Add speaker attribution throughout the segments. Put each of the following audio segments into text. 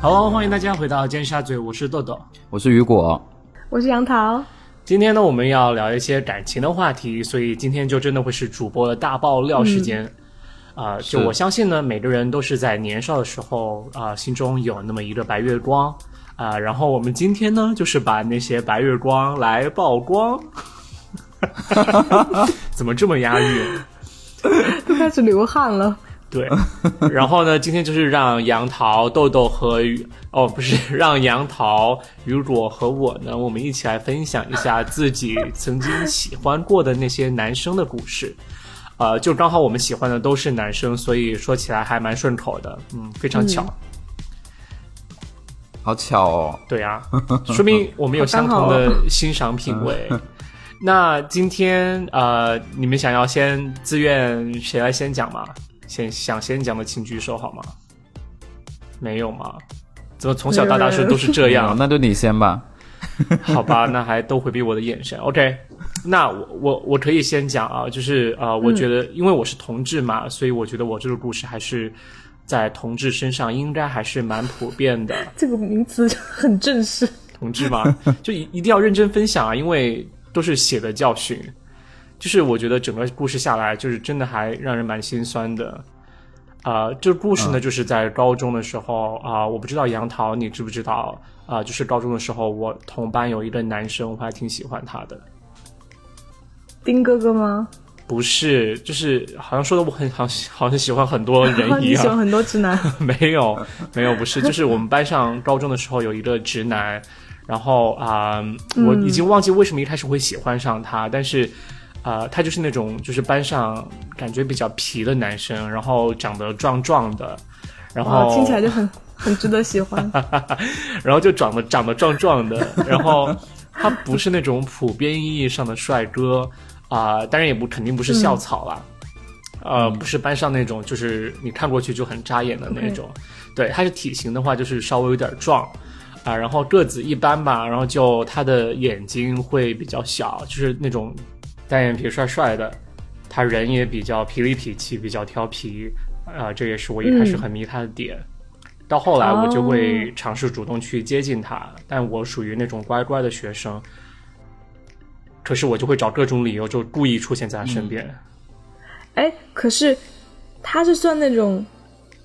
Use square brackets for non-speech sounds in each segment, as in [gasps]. Speaker 1: 好，欢迎大家回到尖沙咀，我是豆豆。
Speaker 2: 我是雨果，
Speaker 3: 我是杨桃，
Speaker 1: 今天呢，我们要聊一些感情的话题，所以今天就真的会是主播的大爆料时间。啊、就是我相信呢，每个人都是在年少的时候啊、心中有那么一个白月光啊、然后我们今天呢，就是把那些白月光来曝光。 [laughs] 怎么这么押韵？
Speaker 3: 都开始流汗了。
Speaker 1: 对， [laughs] 然后呢，今天就是让杨桃、豆豆和雨哦， [laughs] 不是让杨桃、雨果和我呢，我们一起来分享一下自己曾经喜欢过的那些男生的故事。呃，就刚好我们喜欢的都是男生，所以说起来还蛮顺口的，嗯，非常巧。
Speaker 2: 好巧哦，
Speaker 1: 对啊，说明我们有相同的欣赏品味。 [laughs] 那今天呃，你们想要先自愿谁来先讲吗？先想先讲的请举手好吗？没有吗？怎么从小到大是都是这
Speaker 2: 嗯
Speaker 1: 样？
Speaker 2: 那就你先吧。
Speaker 1: [laughs] 好吧，那还都回避我的眼神。OK，那我我我可以先讲啊，就是呃，我觉得因为我是同志嘛，所以我觉得我这个故事还是在同志身上应该还是蛮普遍的。
Speaker 3: 这个名词很正式，
Speaker 1: 同志吗？就一一定要认真分享啊，因为都是血的教训。就是我觉得整个故事下来，就是真的还让人蛮心酸的。啊、这个故事呢，就是在高中的时候啊、我不知道杨桃你知不知道啊、就是高中的时候，我同班有一个男生，我还挺喜欢他的。
Speaker 3: 丁哥哥吗？
Speaker 1: 不是，就是好像说的我很好，好像喜欢很多人一
Speaker 3: 你 [laughs] 喜欢
Speaker 1: 样。
Speaker 3: 很多
Speaker 1: [laughs]
Speaker 3: 直男，
Speaker 1: 没有，没有，不
Speaker 3: [laughs]
Speaker 1: 是，就是我们班上高中的时候有一个直男，然后啊、
Speaker 3: 嗯
Speaker 1: 我已经忘记为什么一开始会喜欢上他，但是。啊、他就是那种就是班上感觉比较皮的男生，然后长得壮壮的，然
Speaker 3: 哇，
Speaker 1: 后
Speaker 3: 哦听起来就很很值得喜
Speaker 1: [laughs]
Speaker 3: 欢。
Speaker 1: 然后就长得长得壮壮的，然后他不是那种普遍意义上的帅哥啊、当然也不肯定不是校草啦，呃，不是班上那种就是你看过去就很扎眼的那种。对，他是体型的话就是稍微有点壮啊、然后个子一般吧，然后就他的眼睛会比较小，就是那种单眼皮帅帅的，他人也比较痞里痞气，比较调皮啊、这也是我一开始很迷他的点。到后来我就
Speaker 3: 哦
Speaker 1: 会尝试主动去接近他，但我属于那种乖乖的学生，可是我就会找各种理由，就故意出现在他
Speaker 3: 嗯
Speaker 1: 身边。
Speaker 3: 哎，可是他是算那种，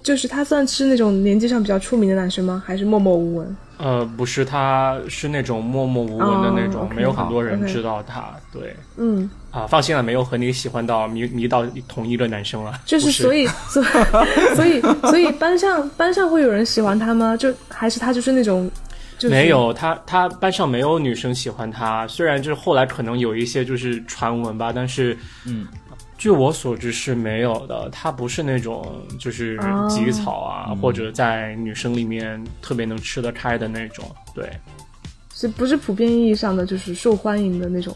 Speaker 3: 就是他算是那种年纪上比较出名的男生吗？还是默默无闻？
Speaker 1: 呃，不是，他是那种默默无闻的那种
Speaker 3: 哦，OK，
Speaker 1: 没有很多人
Speaker 3: 好，OK
Speaker 1: 知道他。对
Speaker 3: 嗯，
Speaker 1: 啊，放心了，没有和你喜欢到迷迷到同一个男生了。
Speaker 3: 就
Speaker 1: 不
Speaker 3: 是
Speaker 1: 是
Speaker 3: 所以
Speaker 1: [laughs]
Speaker 3: 所以所以所以班上班上会有人喜欢他吗？就还是他就是那种，就是
Speaker 1: 没有他，他班上没有女生喜欢他。虽然就是后来可能有一些就是传闻吧，但是
Speaker 2: 嗯，
Speaker 1: 据我所知是没有的。他不是那种就是
Speaker 3: 哦
Speaker 1: 极草啊，或者在女生里面特别能吃得开的那种。对，
Speaker 3: 是不是普遍意义上的就是受欢迎的那种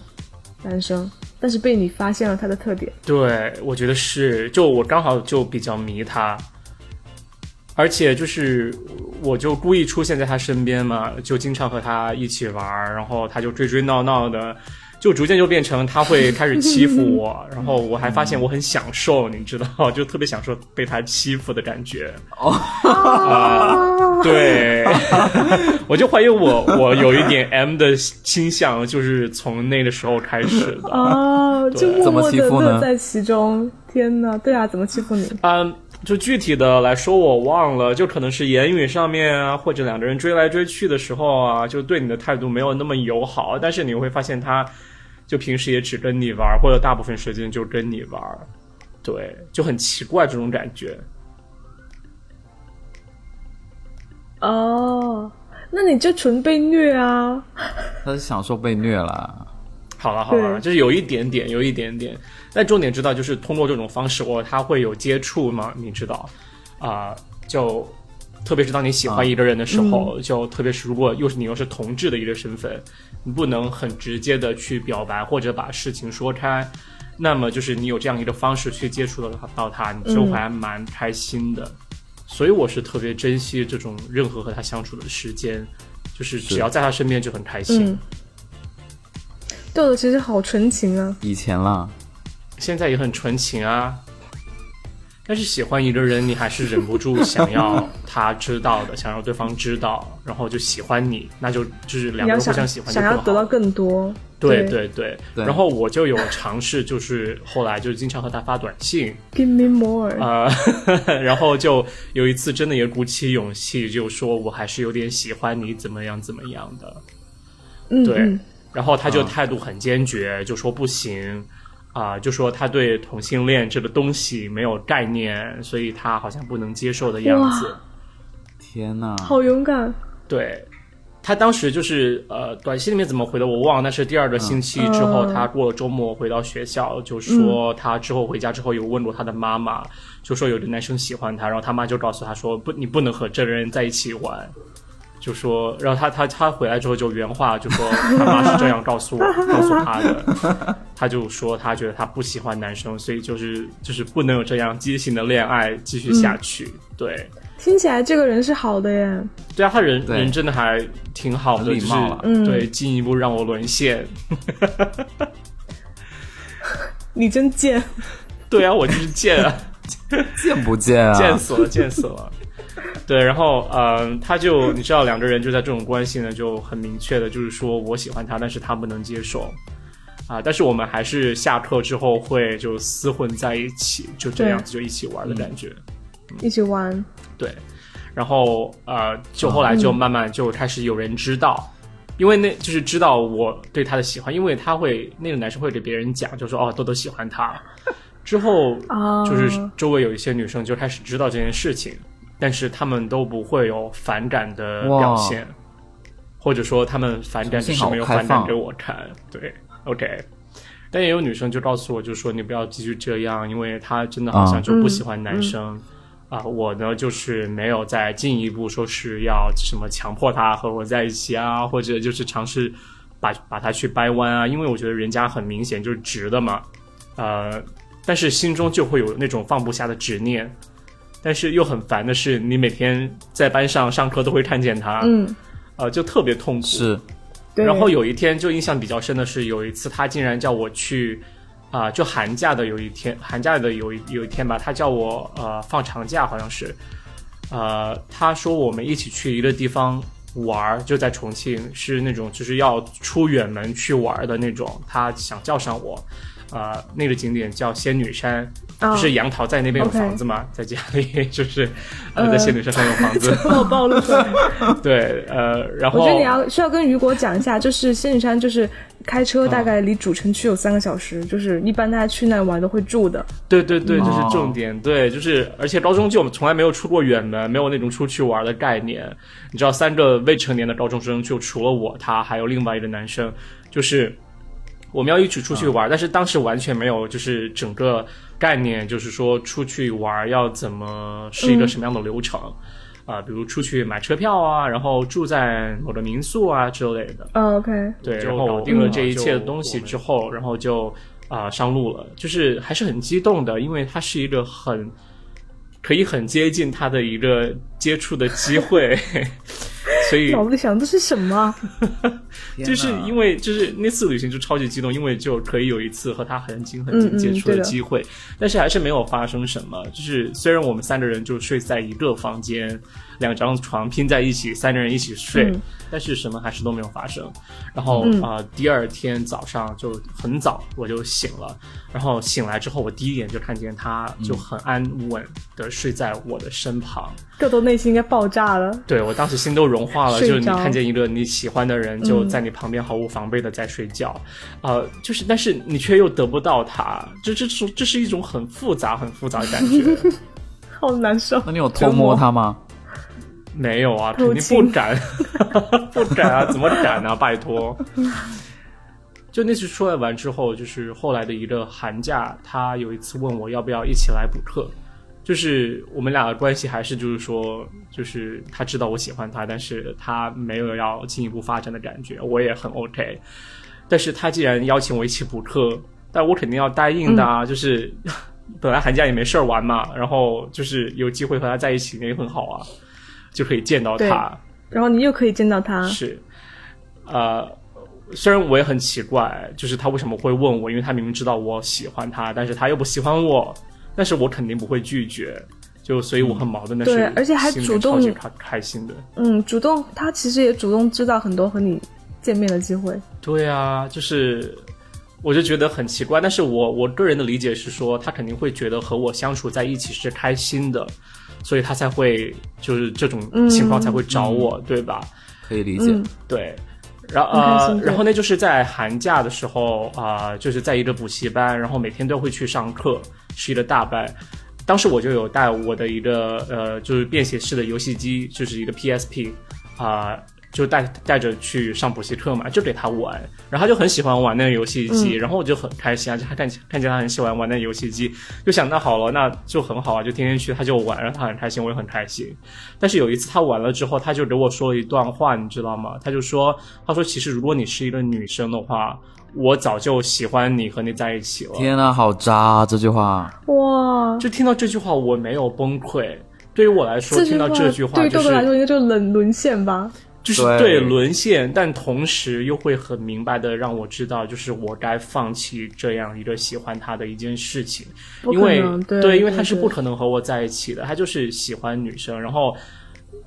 Speaker 3: 男生？但是被你发现了他的特点，
Speaker 1: 对，我觉得是，就我刚好就比较迷他，而且就是我就故意出现在他身边嘛，就经常和他一起玩儿，然后他就追追闹闹的，就逐渐就变成他会开始欺负我，然后我还发现我很享受，你知道，就特别享受被他欺负的感觉。啊，对，我就怀疑我我有一点 M 的倾向，就是从那个时候开始
Speaker 2: [laughs]
Speaker 1: 的。
Speaker 3: 哦，
Speaker 1: 对
Speaker 3: 就默
Speaker 2: 怎么
Speaker 3: 默
Speaker 2: 欺
Speaker 3: 的
Speaker 2: 负呢
Speaker 3: 乐在其中。天呐，对啊，怎么欺
Speaker 2: [laughs]
Speaker 3: 负你？
Speaker 1: 嗯，就具体的来说，我忘了，就可能是言语上面啊，或者两个人追来追去的时候啊，就对你的态度没有那么友好，但是你会发现他，就平时也只跟你玩儿，或者大部分时间就跟你玩儿，对，就很奇怪这种感觉。
Speaker 3: 哦，那你就纯被虐啊！
Speaker 2: 他是享受被虐了。
Speaker 1: 好了好了，
Speaker 3: 对
Speaker 1: 就是有一点点，有一点点，但重点知道就是通过这种方式，我他会有接触嘛，你知道，啊、就特别是当你
Speaker 3: 啊
Speaker 1: 喜欢一个人的时
Speaker 3: 嗯
Speaker 1: 候，就特别是如果又是你又是同志的一个身份，你不能很直接的去表白或者把事情说开，那么就是你有这样一个方式去接触到他到他，你
Speaker 3: 嗯
Speaker 1: 就还蛮开心的。所以我是特别珍惜这种任何和他相处的时间，就是只要在他身边就很开心。
Speaker 3: 嗯，豆豆其实好纯情啊，
Speaker 2: 以前啦，
Speaker 1: 现在也很纯情啊。但是喜欢一个人，你还是忍不住想要他知道的，想让对方知道，然后就喜欢你，那就就是两个
Speaker 3: 你要
Speaker 1: 人互
Speaker 3: 想
Speaker 1: 相喜欢就
Speaker 3: 想要
Speaker 1: 更
Speaker 3: 得到
Speaker 1: 好。
Speaker 3: 更多，
Speaker 1: 对
Speaker 3: 对
Speaker 1: 对对，
Speaker 2: 对
Speaker 1: 然后我就有尝试，就是后来就经常和他发短信，
Speaker 3: ，Give me more，、
Speaker 1: 啊， [laughs] 然后就有一次真的也鼓起勇气，就说我还是有点喜欢你，怎么样怎么样的。
Speaker 3: 嗯
Speaker 1: 对
Speaker 3: 嗯，
Speaker 1: 然后他就态度很坚决，就说不行，啊、就说他对同性恋这个东西没有概念，所以他好像不能接受的样子。
Speaker 2: 天呐，
Speaker 3: 好勇敢，
Speaker 1: 对，他当时就是呃，短信里面怎么回的我忘了，但是第二个星期之后，
Speaker 3: 嗯
Speaker 1: 他过了周末回到学校，就说嗯他之后回家之后有问过他的妈妈，就说有个男生喜欢他，然后他妈就告诉他说不，你不能和这个人在一起玩。就说，然后他他他回来之后就原话就说他妈是这样告诉我告诉他的，他就说他觉得他不喜欢男生，所以就是就是不能有这样畸形的恋爱继续下去。对，
Speaker 3: 听起来这个人是好的耶，
Speaker 1: 对啊，他人
Speaker 2: 对
Speaker 1: 人真的还挺好的，
Speaker 2: 很礼
Speaker 1: 就是
Speaker 2: 貌了啊
Speaker 3: 嗯
Speaker 1: 对，进一步让我沦陷。
Speaker 3: 你真贱，
Speaker 1: 对啊，我就是贱
Speaker 2: [laughs]
Speaker 1: 啊，
Speaker 2: 见不见啊？
Speaker 1: 贱死了，贱死了。对，然后嗯，他就你知道，两个人就在这种关系呢，就很明确的，就是说我喜欢他，但是他不能接受啊。但是我们还是下课之后会就厮混在一起，就这样子就一起玩的感觉。嗯
Speaker 3: 一起玩，
Speaker 1: 对，然后呃，就后来就慢慢就开始有人知道，因为那就是知道我对他的喜欢，因为他会那个男生会给别人讲，就说哦，豆豆喜欢他。之后
Speaker 3: 啊
Speaker 1: 就是周围有一些女生就开始知道这件事情，但是她们都不会有反感的表现，或者说她们反感只是没有反感给我看。对，OK。但也有女生就告诉我，就说你不要继续这样，因为她真的好像就不喜欢男生。啊，我呢就是没有再进一步说是要什么强迫他和我在一起啊，或者就是尝试把把他去掰弯啊，因为我觉得人家很明显就是直的嘛，呃，但是心中就会有那种放不下的执念。但是又很烦的是，你每天在班上上课都会看见他，
Speaker 3: 嗯，
Speaker 1: 呃，就特别痛苦。
Speaker 2: 是
Speaker 3: 对，
Speaker 1: 然后有一天就印象比较深的是，有一次他竟然叫我去，啊、就寒假的有一天，寒假的有一有一天吧，他叫我呃放长假好像是，呃，他说我们一起去一个地方玩儿，就在重庆，是那种就是要出远门去玩儿的那种，他想叫上我，呃，那个景点叫仙女山，
Speaker 3: 啊
Speaker 1: 就是杨桃在那边有
Speaker 3: OK
Speaker 1: 房子嘛，在家里 [laughs] 就是呃在仙女山上有房
Speaker 3: [laughs]
Speaker 1: 子，
Speaker 3: 把我暴露出来。
Speaker 1: 对，呃，然后
Speaker 3: 我觉得你要需要跟雨果讲一下，就是仙女山，就是开车大概离主城区有三个小时，就是一般大家去那玩都会住的。
Speaker 1: 对对对，这是
Speaker 2: 哦
Speaker 1: 重点。对，就是而且高中就我们从来没有出过远门，没有那种出去玩的概念。你知道，三个未成年的高中生，就除了我，他还有另外一个男生，就是我们要一起出去玩，但是当时完全没有就是整个概念，就是说出去玩要怎么是一个什么样的流程。啊、比如出去买车票啊，然后住在某个民宿啊之类的。
Speaker 3: 嗯，OK，
Speaker 1: 对，
Speaker 4: 就
Speaker 1: 然后
Speaker 4: 搞
Speaker 1: 我
Speaker 4: 定
Speaker 1: 定了
Speaker 4: 了
Speaker 1: 这一
Speaker 4: 就
Speaker 1: 切的东
Speaker 4: 我
Speaker 1: 西
Speaker 4: 们
Speaker 1: 之后，然后就啊、上路了，就是还是很激动的，因为它是一个很可以很接近他的一个接触的机会， [laughs] 所以
Speaker 3: 脑子里想的是什么啊？
Speaker 1: 就是因
Speaker 2: 为
Speaker 1: 为就是那次旅行就超级激动，因为就可以有一次和他很近很近
Speaker 3: 嗯嗯
Speaker 1: 接触
Speaker 3: 对
Speaker 1: 的
Speaker 3: 的
Speaker 1: 机会，但是还是没有发生什么。就是虽然我们三个人就睡在一个房间，两张床拼在一起，三个人一起睡，
Speaker 3: 嗯
Speaker 1: 但是什么还是都没有发生。然后啊、
Speaker 3: 嗯
Speaker 1: 呃第二天早上就很早我就醒了，然后醒来之后，我第一眼就看见他就很安稳的睡在我的身旁。
Speaker 3: 豆豆内心应该爆炸了。
Speaker 1: 对我当时心都融化了，
Speaker 3: 睡
Speaker 1: 就是你
Speaker 3: 着
Speaker 1: 看见一个你喜欢的人就
Speaker 3: 嗯
Speaker 1: 在你旁边毫无防备的在睡觉，呃，就是但是你却又得不到他，这这是这是一种很复杂很复杂的感
Speaker 3: [laughs]
Speaker 1: 觉。
Speaker 3: 好难
Speaker 1: [laughs]
Speaker 3: 受
Speaker 1: 嗯
Speaker 2: 那。你有偷摸他吗？
Speaker 1: 没有啊，肯
Speaker 3: 偷
Speaker 1: 定
Speaker 3: 亲
Speaker 1: 不敢， [laughs] 不敢 [laughs] 啊，怎么敢啊？拜托！ [laughs] 就那次出来玩之后，就是后来的一个寒假，他有一次问我要不要一起来补课，就是我们俩的关系还是就是说，就是他知道我喜欢他，但是他没有要进一步发展的感觉，我也很 OK。但是他既然邀请我一起补课，但我肯定要答应的啊，就是。本来寒假也没事儿玩嘛，然后就是有机会和他在一起，那也很好啊。就可以见到他。
Speaker 3: 然后你又可以见到他，
Speaker 1: 是，呃，虽然我也很奇怪，就是他为什么会问我，因为他明明知道我喜欢他，但是他又不喜欢我，但是我肯定不会拒绝，就所以我很矛盾的
Speaker 3: 嗯对
Speaker 1: 是，
Speaker 3: 而且还
Speaker 1: 心里
Speaker 3: 主
Speaker 1: 面
Speaker 3: 动
Speaker 1: 超级开开心的，
Speaker 3: 嗯，主动，他其实也主动制造很多和你见面的机会。
Speaker 1: 对啊，就是我就觉得很奇怪，但是我我个人的理解是说，他肯定会觉得和我相处在一起是开心的，所以他才会就是这种情况才会找我，对吧？
Speaker 2: 可以理解。
Speaker 3: 嗯，
Speaker 1: 对，然后
Speaker 3: 很开心
Speaker 1: 呃，
Speaker 3: 对
Speaker 1: 然后呢，就是在寒假的时候啊、就是在一个补习班，然后每天都会去上课，是一个大班。当时我就有带我的一个呃，就是便携式的游戏机，就是一个 PSP 啊、就带带着去上补习课嘛，就给他玩，然后他就很喜欢玩那个游戏机，然后我就很开心啊，就他看看见他很喜欢玩那个游戏机，就想那好了，那就很好啊，就天天去他就玩，然后他很开心，我也很开心。但是有一次他完了之后，他就给我说了一段话，你知道吗？他就说，他说其实如果你是一个女生的话，我早就喜欢你和你在一起了。
Speaker 2: 天呐，好渣、啊、这句话，
Speaker 3: 哇，
Speaker 1: 就听到这句话，我没有崩溃。对于我来说，听到这句话
Speaker 3: 对于
Speaker 1: 就
Speaker 3: 豆豆来
Speaker 1: 是
Speaker 3: 说，应该就是冷沦陷吧？
Speaker 1: 就是
Speaker 2: 对
Speaker 1: 对沦陷，但同时又会很明白的让我知道，就是我该放弃这样一个喜欢他的一件事情。
Speaker 3: 不
Speaker 1: 因
Speaker 3: 可
Speaker 1: 为
Speaker 3: 能，
Speaker 1: 因为他是不
Speaker 3: 对
Speaker 1: 可能和我在一起的，他就是喜欢女生，然后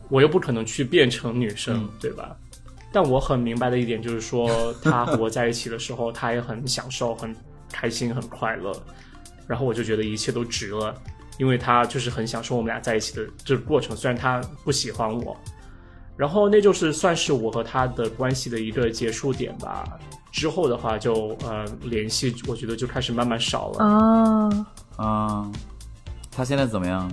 Speaker 1: 我又不可能去变成女生，对吧？但我很明白的一点就是说，他和我在一起的时候，他也很享受、很开心、很快乐，然后我就觉得一切都值了，因为他就是很享受我们俩在一起的这个过程，虽然他不喜欢我，然后那就是算是我和他的关系的一个结束点吧。之后的话就呃联系，我觉得就开始慢慢少了。
Speaker 3: 啊，
Speaker 2: 嗯，他现在怎么样？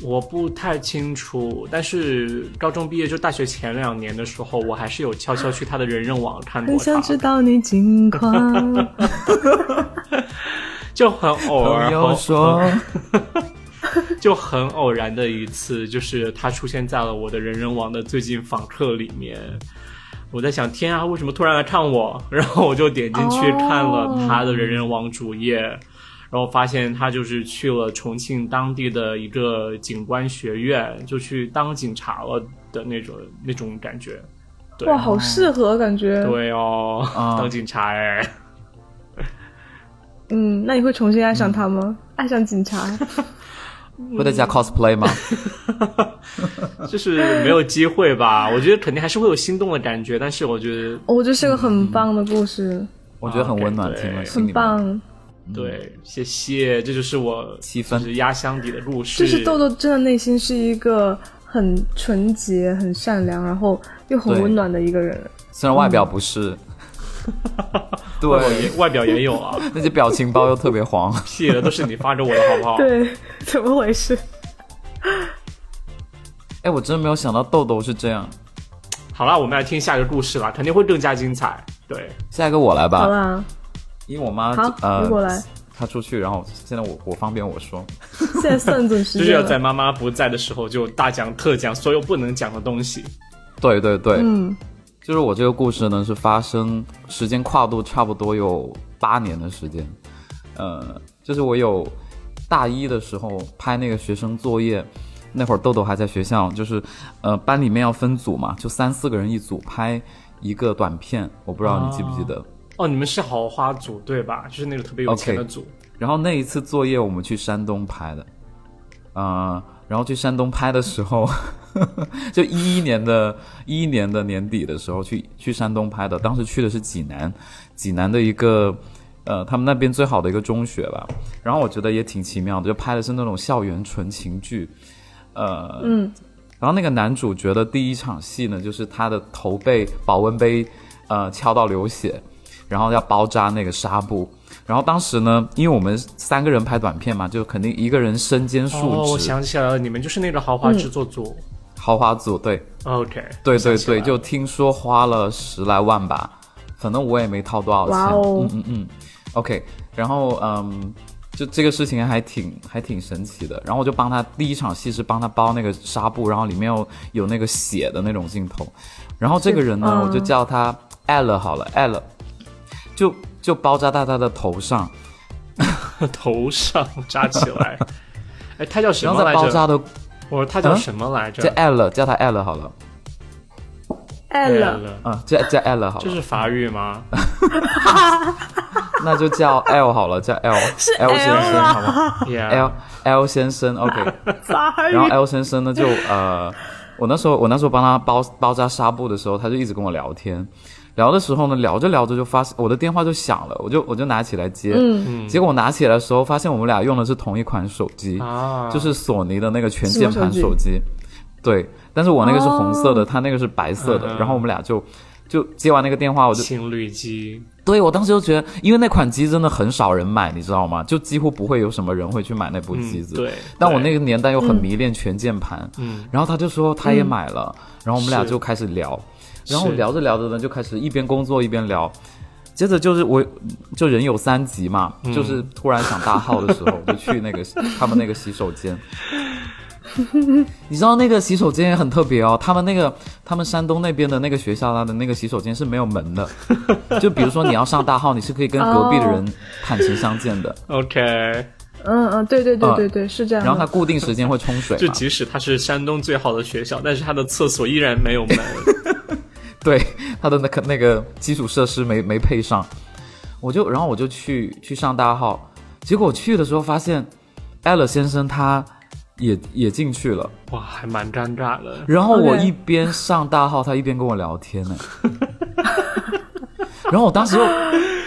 Speaker 1: 我不太清楚，但是高中毕业就大学前两年的时候，我还是有悄悄去他的人人网看过
Speaker 3: 很
Speaker 1: 他
Speaker 3: 想，知道你近况。
Speaker 1: 就很偶尔，
Speaker 2: 朋友
Speaker 1: 很
Speaker 2: 说，
Speaker 1: 就很偶然的一次，就是他出现在了我的人人网的最近访客里面。我在想，天啊，为什么突然来看我？然后我就点进去
Speaker 3: 哦
Speaker 1: 看了他的人人网主页，然后发现他就是去了重庆当地的一个警官学院，就去当警察了的那种那种感觉。 [laughs] 对
Speaker 3: 哇，好适合感觉。
Speaker 1: 对哦，
Speaker 2: 啊
Speaker 1: 当警察哎、
Speaker 3: 嗯，那你会重新爱上他吗？
Speaker 2: 嗯
Speaker 3: 爱上警察？
Speaker 2: 会在家
Speaker 1: [laughs]
Speaker 2: cosplay 吗？
Speaker 1: 就是没有机会吧？我觉得肯定还是会有心动的感觉，但是我觉得
Speaker 3: 哦我觉得是个很棒的故事，
Speaker 2: 我觉得很温暖，
Speaker 1: 对
Speaker 2: 听了嗯心里
Speaker 3: 很
Speaker 2: 面。
Speaker 3: 棒。
Speaker 2: 嗯
Speaker 1: 对，谢谢，这就是我
Speaker 2: 七分
Speaker 1: 就是压箱底的故事。
Speaker 3: 就是豆豆真的内心是一个很纯洁、很善良，然后又很
Speaker 2: 对
Speaker 3: 温暖的一个人。
Speaker 2: 虽然外表
Speaker 1: [laughs]
Speaker 2: 不是，
Speaker 1: 外表也
Speaker 2: 对，
Speaker 1: 外表也有
Speaker 2: [laughs]
Speaker 1: 啊，
Speaker 2: 那些表情包又特别黄。
Speaker 1: 屁的都是你发给我的好不好？
Speaker 3: 对， [laughs] 怎么回事？
Speaker 2: 哎，我真的没有想到豆豆是这样。
Speaker 1: 好啦，我们来听下一个故事啦，肯定会更加精彩。对，
Speaker 2: 下一个我来
Speaker 3: 好
Speaker 2: 吧，
Speaker 3: 啦，
Speaker 2: 因为我妈
Speaker 3: 好，
Speaker 2: 呃
Speaker 3: 你过来。
Speaker 2: 她出去，然后现在我我方便我说，
Speaker 3: 现在算准时
Speaker 1: 就是
Speaker 3: 间
Speaker 1: 要
Speaker 3: 了。
Speaker 1: 在妈妈不在的时候就大讲特讲所有不能讲的东西。
Speaker 2: 对对对，
Speaker 3: 嗯，
Speaker 2: 就是我这个故事呢，是发生时间跨度差不多有八年的时间。呃，就是我有大一的时候拍那个学生作业，那会儿豆豆还在学校，就是呃班里面要分组嘛，就三四个人一组拍一个短片，我不知道你记不记得。
Speaker 1: 哦，你们是豪华组对吧？就是那个特别有钱的
Speaker 2: OK
Speaker 1: 组。
Speaker 2: 然后那一次作业我们去山东拍的，呃，然后去山东拍的时候， [laughs] 就一一年的一一年的年底的时候去去山东拍的，当时去的是济南，济南的一个。呃，他们那边最好的一个中学吧，然后我觉得也挺奇妙的，就拍的是那种校园纯情剧，呃，
Speaker 3: 嗯，
Speaker 2: 然后那个男主角的第一场戏呢，就是他的头被保温杯呃敲到流血，然后要包扎那个纱布。然后当时呢，因为我们三个人拍短片嘛，就肯定一个人身兼
Speaker 1: 哦，
Speaker 2: 数
Speaker 1: 我
Speaker 2: 职，
Speaker 1: 想起来了，你们就是那个豪华制作组。
Speaker 2: 豪华组对，
Speaker 3: 嗯
Speaker 1: OK，
Speaker 2: 对
Speaker 1: 想
Speaker 2: 对
Speaker 1: 起来
Speaker 2: 对，
Speaker 1: 了
Speaker 2: 就听说花了十来万吧，反正我也没掏多少钱。
Speaker 3: 哇哦
Speaker 2: 嗯嗯嗯，OK，然后嗯，就这个事情还挺还挺神奇的。然后我就帮他第一场戏是帮他包那个纱布，然后里面有有那个血的那种镜头。然后这个人呢，
Speaker 3: 嗯
Speaker 2: 我就叫他艾了好了，艾了，就就包扎在他的头上。
Speaker 1: 头上扎起来。 [laughs] 哎，他叫什
Speaker 2: 然
Speaker 1: 么
Speaker 2: 后在
Speaker 1: 来
Speaker 2: 包
Speaker 1: 着？
Speaker 2: 扎的
Speaker 1: 我说他叫
Speaker 2: 嗯
Speaker 1: 什么来
Speaker 2: 叫
Speaker 1: 着？
Speaker 2: 艾了，叫他艾了好了，
Speaker 3: 爱
Speaker 1: 对
Speaker 3: 了，
Speaker 2: 嗯
Speaker 1: 了，
Speaker 2: 啊，叫叫艾了好
Speaker 1: 这
Speaker 2: 了。
Speaker 1: 是法语吗？
Speaker 2: 那就叫 L 好了，叫 L
Speaker 3: 是
Speaker 2: L 先
Speaker 3: L
Speaker 2: 生
Speaker 3: 啦
Speaker 2: 好吗 [laughs]
Speaker 1: Yeah，
Speaker 2: ？L L 先生，OK。 [laughs]
Speaker 3: 法语
Speaker 2: 然后 L 先生呢，就呃，我那时候我那时候帮他包包扎纱布的时候，他就一直跟我聊天，聊的时候呢，聊着聊着就发现我的电话就响了，我就我就拿起来接，嗯，结果我拿起来的时候，发现我们俩用的是同一款手机，
Speaker 1: 啊，
Speaker 2: 就是索尼的那个全键盘
Speaker 3: 什么
Speaker 2: 手
Speaker 3: 手
Speaker 2: 机，哦对，但是我那个是红色的，他那个是白色的
Speaker 1: 嗯，嗯
Speaker 2: 然后我们俩就就接完那个电话，我就
Speaker 1: 情侣机，
Speaker 2: 对我当时就觉得，因为那款机真的很少人买，你知道吗？就几乎不会有什么人会去买那部机
Speaker 1: 嗯，
Speaker 2: 子，
Speaker 1: 对。
Speaker 2: 但我那
Speaker 1: 对
Speaker 2: 个年代又很迷恋全键盘，
Speaker 1: 嗯，
Speaker 2: 然后他就说他也买了，然后我们俩
Speaker 1: 是
Speaker 2: 就开始聊，然后
Speaker 1: 是
Speaker 2: 聊着聊着呢，就开始一边工作一边聊，接着就是我就人有三急嘛，
Speaker 1: 嗯
Speaker 2: 就是突然想大号的时
Speaker 1: [laughs]
Speaker 2: 候，我就去那个他们那个洗手间。你知道那个洗手间也很特别哦，他们那个他们山东那边的那个学校，它的那个洗手间是没有
Speaker 1: [laughs]
Speaker 2: 门的，就比如说你要上大号，你是可以跟隔壁的人
Speaker 1: 哦
Speaker 2: 坦诚相见的，
Speaker 1: OK，
Speaker 3: 嗯嗯，对对对
Speaker 2: 啊
Speaker 3: 对对，是这样的。
Speaker 2: 然后它固定时间会冲水
Speaker 1: 就
Speaker 2: 嘛，
Speaker 1: 即使它是山东最好的学校，但是它的厕所依然没有 [laughs] 门。
Speaker 2: [laughs] 对，他的那个那个基础设施没没配上，我就然后我就去去上大号，结果去的时候发现，艾勒先生他也也进去了，
Speaker 1: 哇，还蛮尴尬的。
Speaker 2: 然后我
Speaker 3: OK
Speaker 2: 一边上大号，他一边跟我聊天呢，然后我当时又，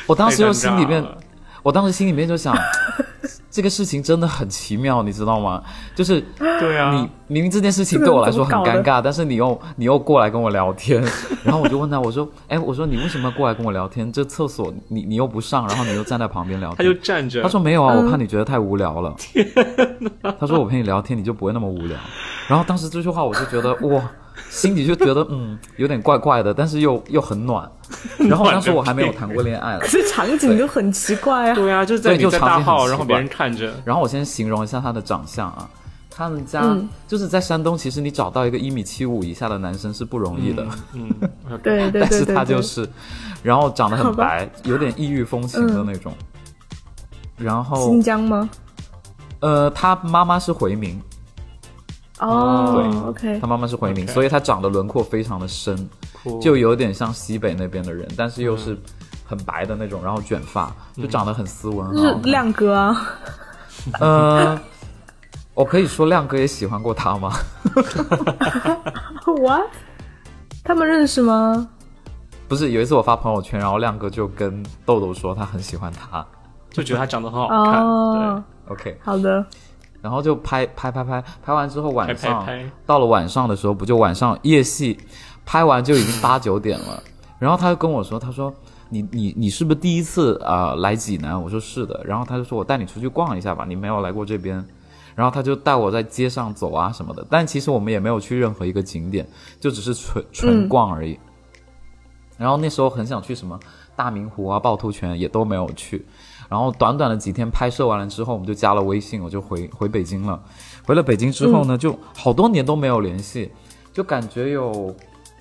Speaker 2: 我当时又
Speaker 1: 太尴尬
Speaker 2: 心里面
Speaker 1: 了
Speaker 2: 我当时心里面就想， [laughs] 这个事情真的很奇妙，你知道吗？就是
Speaker 1: 对啊，
Speaker 2: 你明明这件事情对我来说很
Speaker 3: 这个
Speaker 2: 尴
Speaker 3: 人怎
Speaker 2: 尬，但是你又你又过来跟我聊
Speaker 3: [laughs]
Speaker 2: 天，然后我就问他，我说，哎，我说你为什么要过来跟我聊天？这厕所你你又不上，然后你又站在旁边聊
Speaker 1: 他就
Speaker 2: 天。
Speaker 1: 站着。
Speaker 2: 他说没有啊，
Speaker 3: 嗯
Speaker 2: 我怕你觉得太无聊了。他说我陪你聊天，你就不会那么无聊。然后当时这句话我就觉得哇，心里就觉得嗯有点怪怪的，但是又又很暖。然后当时我还没有谈过恋爱了
Speaker 3: 可，是场景就很奇怪啊。
Speaker 1: 对啊，就在
Speaker 2: 对
Speaker 1: 你
Speaker 2: 就
Speaker 1: 在
Speaker 2: 场景
Speaker 1: 大
Speaker 2: 很
Speaker 1: 号，
Speaker 2: 奇
Speaker 1: 然后
Speaker 2: 怪
Speaker 1: 别人看着。
Speaker 2: 然后我先形容一下他的长相啊，他们家、
Speaker 3: 嗯
Speaker 2: 就是在山东，其实你找到一个一米七五以下的男生是不容易 [laughs] 的，
Speaker 1: 嗯，嗯
Speaker 3: 对对
Speaker 2: 但
Speaker 3: 对
Speaker 2: 是
Speaker 3: 对
Speaker 2: 他就
Speaker 3: 对，
Speaker 2: 是，然后长得
Speaker 3: 好
Speaker 2: 很
Speaker 3: 吧嗯
Speaker 2: 白，有点异域风情的那种。然后
Speaker 3: 新疆吗？
Speaker 2: 呃，他妈妈是回民，
Speaker 3: 哦，OK，
Speaker 2: 他妈妈是回民，
Speaker 1: OK
Speaker 2: 所以他长得轮廓非常的深，
Speaker 1: 酷
Speaker 2: 就有点像西北那边的人，但是又是很白的那种，然后卷发，就长得很斯文，
Speaker 3: 就是
Speaker 2: 很好看
Speaker 3: 亮哥啊，
Speaker 2: 呃，我可以说亮哥也喜欢过他吗？
Speaker 3: [laughs] 我，他们认识吗？
Speaker 2: 不是有一次我发朋友圈，然后亮哥就跟豆豆说他很喜欢他
Speaker 1: 就觉得他长得很好看。
Speaker 3: 哦，
Speaker 2: ，OK，
Speaker 3: 好的，
Speaker 2: 然后就拍拍拍拍拍完之后
Speaker 1: 对，
Speaker 2: 晚
Speaker 1: 拍
Speaker 2: 上
Speaker 1: 拍拍，
Speaker 2: 到了晚上的时候，不就晚上夜戏拍完就已经八九点了，然后他就跟我说，他说你你你是不是第一次啊、呃来济南？我说是的，然后他就说我带你出去逛一下吧，你没有来过这边。然后他就带我在街上走啊什么的，但其实我们也没有去任何一个景点，就只是纯纯
Speaker 3: 嗯
Speaker 2: 逛而已。然后那时候很想去什么大明湖啊、趵突泉，也都没有去。然后短短的几天拍摄完了之后，我们就加了微信，我就回回北京了。回了北京之后呢，就好多年都没有联系，就感觉有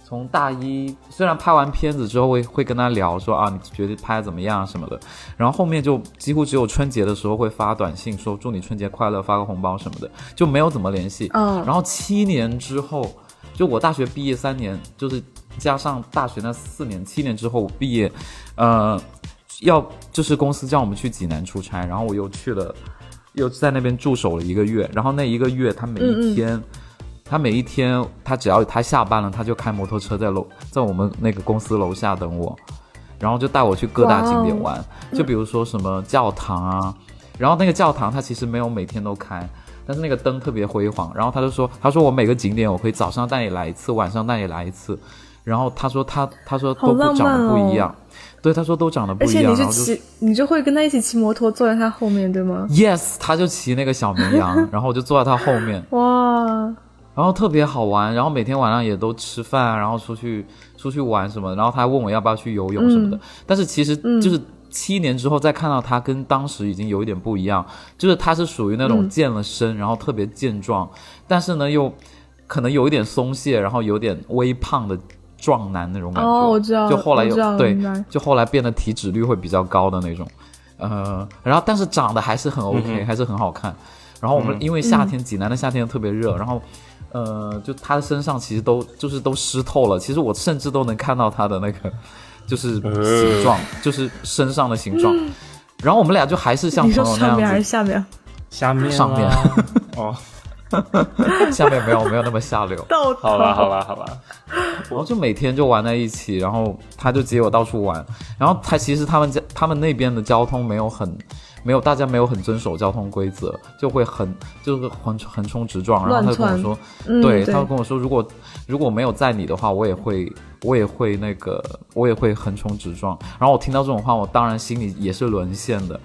Speaker 2: 从大一，虽然拍完片子之后会会跟他聊说啊，你觉得拍得怎么样啊什么的，然后后面就几乎只有春节的时候会发短信说祝你春节快乐，发个红包什么的，就没有怎么联系。
Speaker 3: 嗯，
Speaker 2: 然后七年之后，就我大学毕业三年，就是加上大学那四年，七年之后我毕业，呃，要就是公司叫我们去济南出差，然后我又去了，又在那边驻守了一个月，然后那一个月他每
Speaker 3: 嗯
Speaker 2: 一天。他每一天，他只要他下班了，他就开摩托车在楼，在我们那个公司楼下等我，然后就带我去各大景点玩，
Speaker 3: 哦
Speaker 2: 就比如说什么教堂啊，然后那个教堂它其实没有每天都开，但是那个灯特别辉煌。然后他就说，他说我每个景点我可以早上带你来一次，晚上带你来一次。然后他说他他说
Speaker 3: 好
Speaker 2: 都不
Speaker 3: 浪
Speaker 2: 长得
Speaker 3: 漫
Speaker 2: 不一
Speaker 3: 哦
Speaker 2: 样，对，他说都长得不
Speaker 3: 而
Speaker 2: 一
Speaker 3: 且
Speaker 2: 样，然
Speaker 3: 你是
Speaker 2: 后就
Speaker 3: 骑，你就会跟他一起骑摩托，坐在他后面，对吗？
Speaker 2: yes，他就骑那个小绵
Speaker 3: [laughs]
Speaker 2: 羊，然后我就坐在他后面，
Speaker 3: 哇，
Speaker 2: 然后特别好玩，然后每天晚上也都吃饭啊，然后出去出去玩什么的，然后他还问我要不要去游泳什么
Speaker 3: 嗯
Speaker 2: 的，但是其实就是七年之后再看到他，跟当时已经有一点不一样，就是他是属于那
Speaker 3: 嗯
Speaker 2: 种健了身，然后特别健壮，但是呢又可能有一点松懈，然后有点微胖的壮男那种感觉。
Speaker 3: 哦我知道
Speaker 2: 就后来有
Speaker 3: 我知道
Speaker 2: 对
Speaker 3: 明白，
Speaker 2: 就后来变得体脂率会比较高的那种，呃，然后但是长得还是很 OK，、还是很好看。然后我们因为夏天，济南的夏天特别热，然后。呃，就他的身上其实都就是都湿透了，其实我甚至都能看到他的那个 [laughs] 就是形状，就是身上的形
Speaker 3: [laughs]
Speaker 2: 状。然后我们俩就还是像
Speaker 3: 你
Speaker 2: 朋
Speaker 3: 说
Speaker 2: 友那
Speaker 3: 上面还
Speaker 2: 样
Speaker 3: 是
Speaker 2: 子，
Speaker 3: 下面？
Speaker 1: 下面啊
Speaker 2: 上面
Speaker 1: 啦哦，
Speaker 2: 下面没有没有那么下流。
Speaker 3: 到头
Speaker 1: [laughs]
Speaker 2: [laughs]
Speaker 1: 好吧，好吧，好吧，
Speaker 2: 然后就每天就玩在一起，然后他就接我到处玩，然后他其实他们家他们那边的交通没有很，没有大家没有很遵守交通规则，就会很就是横横冲直撞，然后他就跟我说，
Speaker 3: 嗯
Speaker 2: 对，
Speaker 3: 对
Speaker 2: 他就跟我说，如果如果没有载你的话，我也会我也会那个我也会横冲直撞，然后我听到这种话，我当然心里也是沦陷的，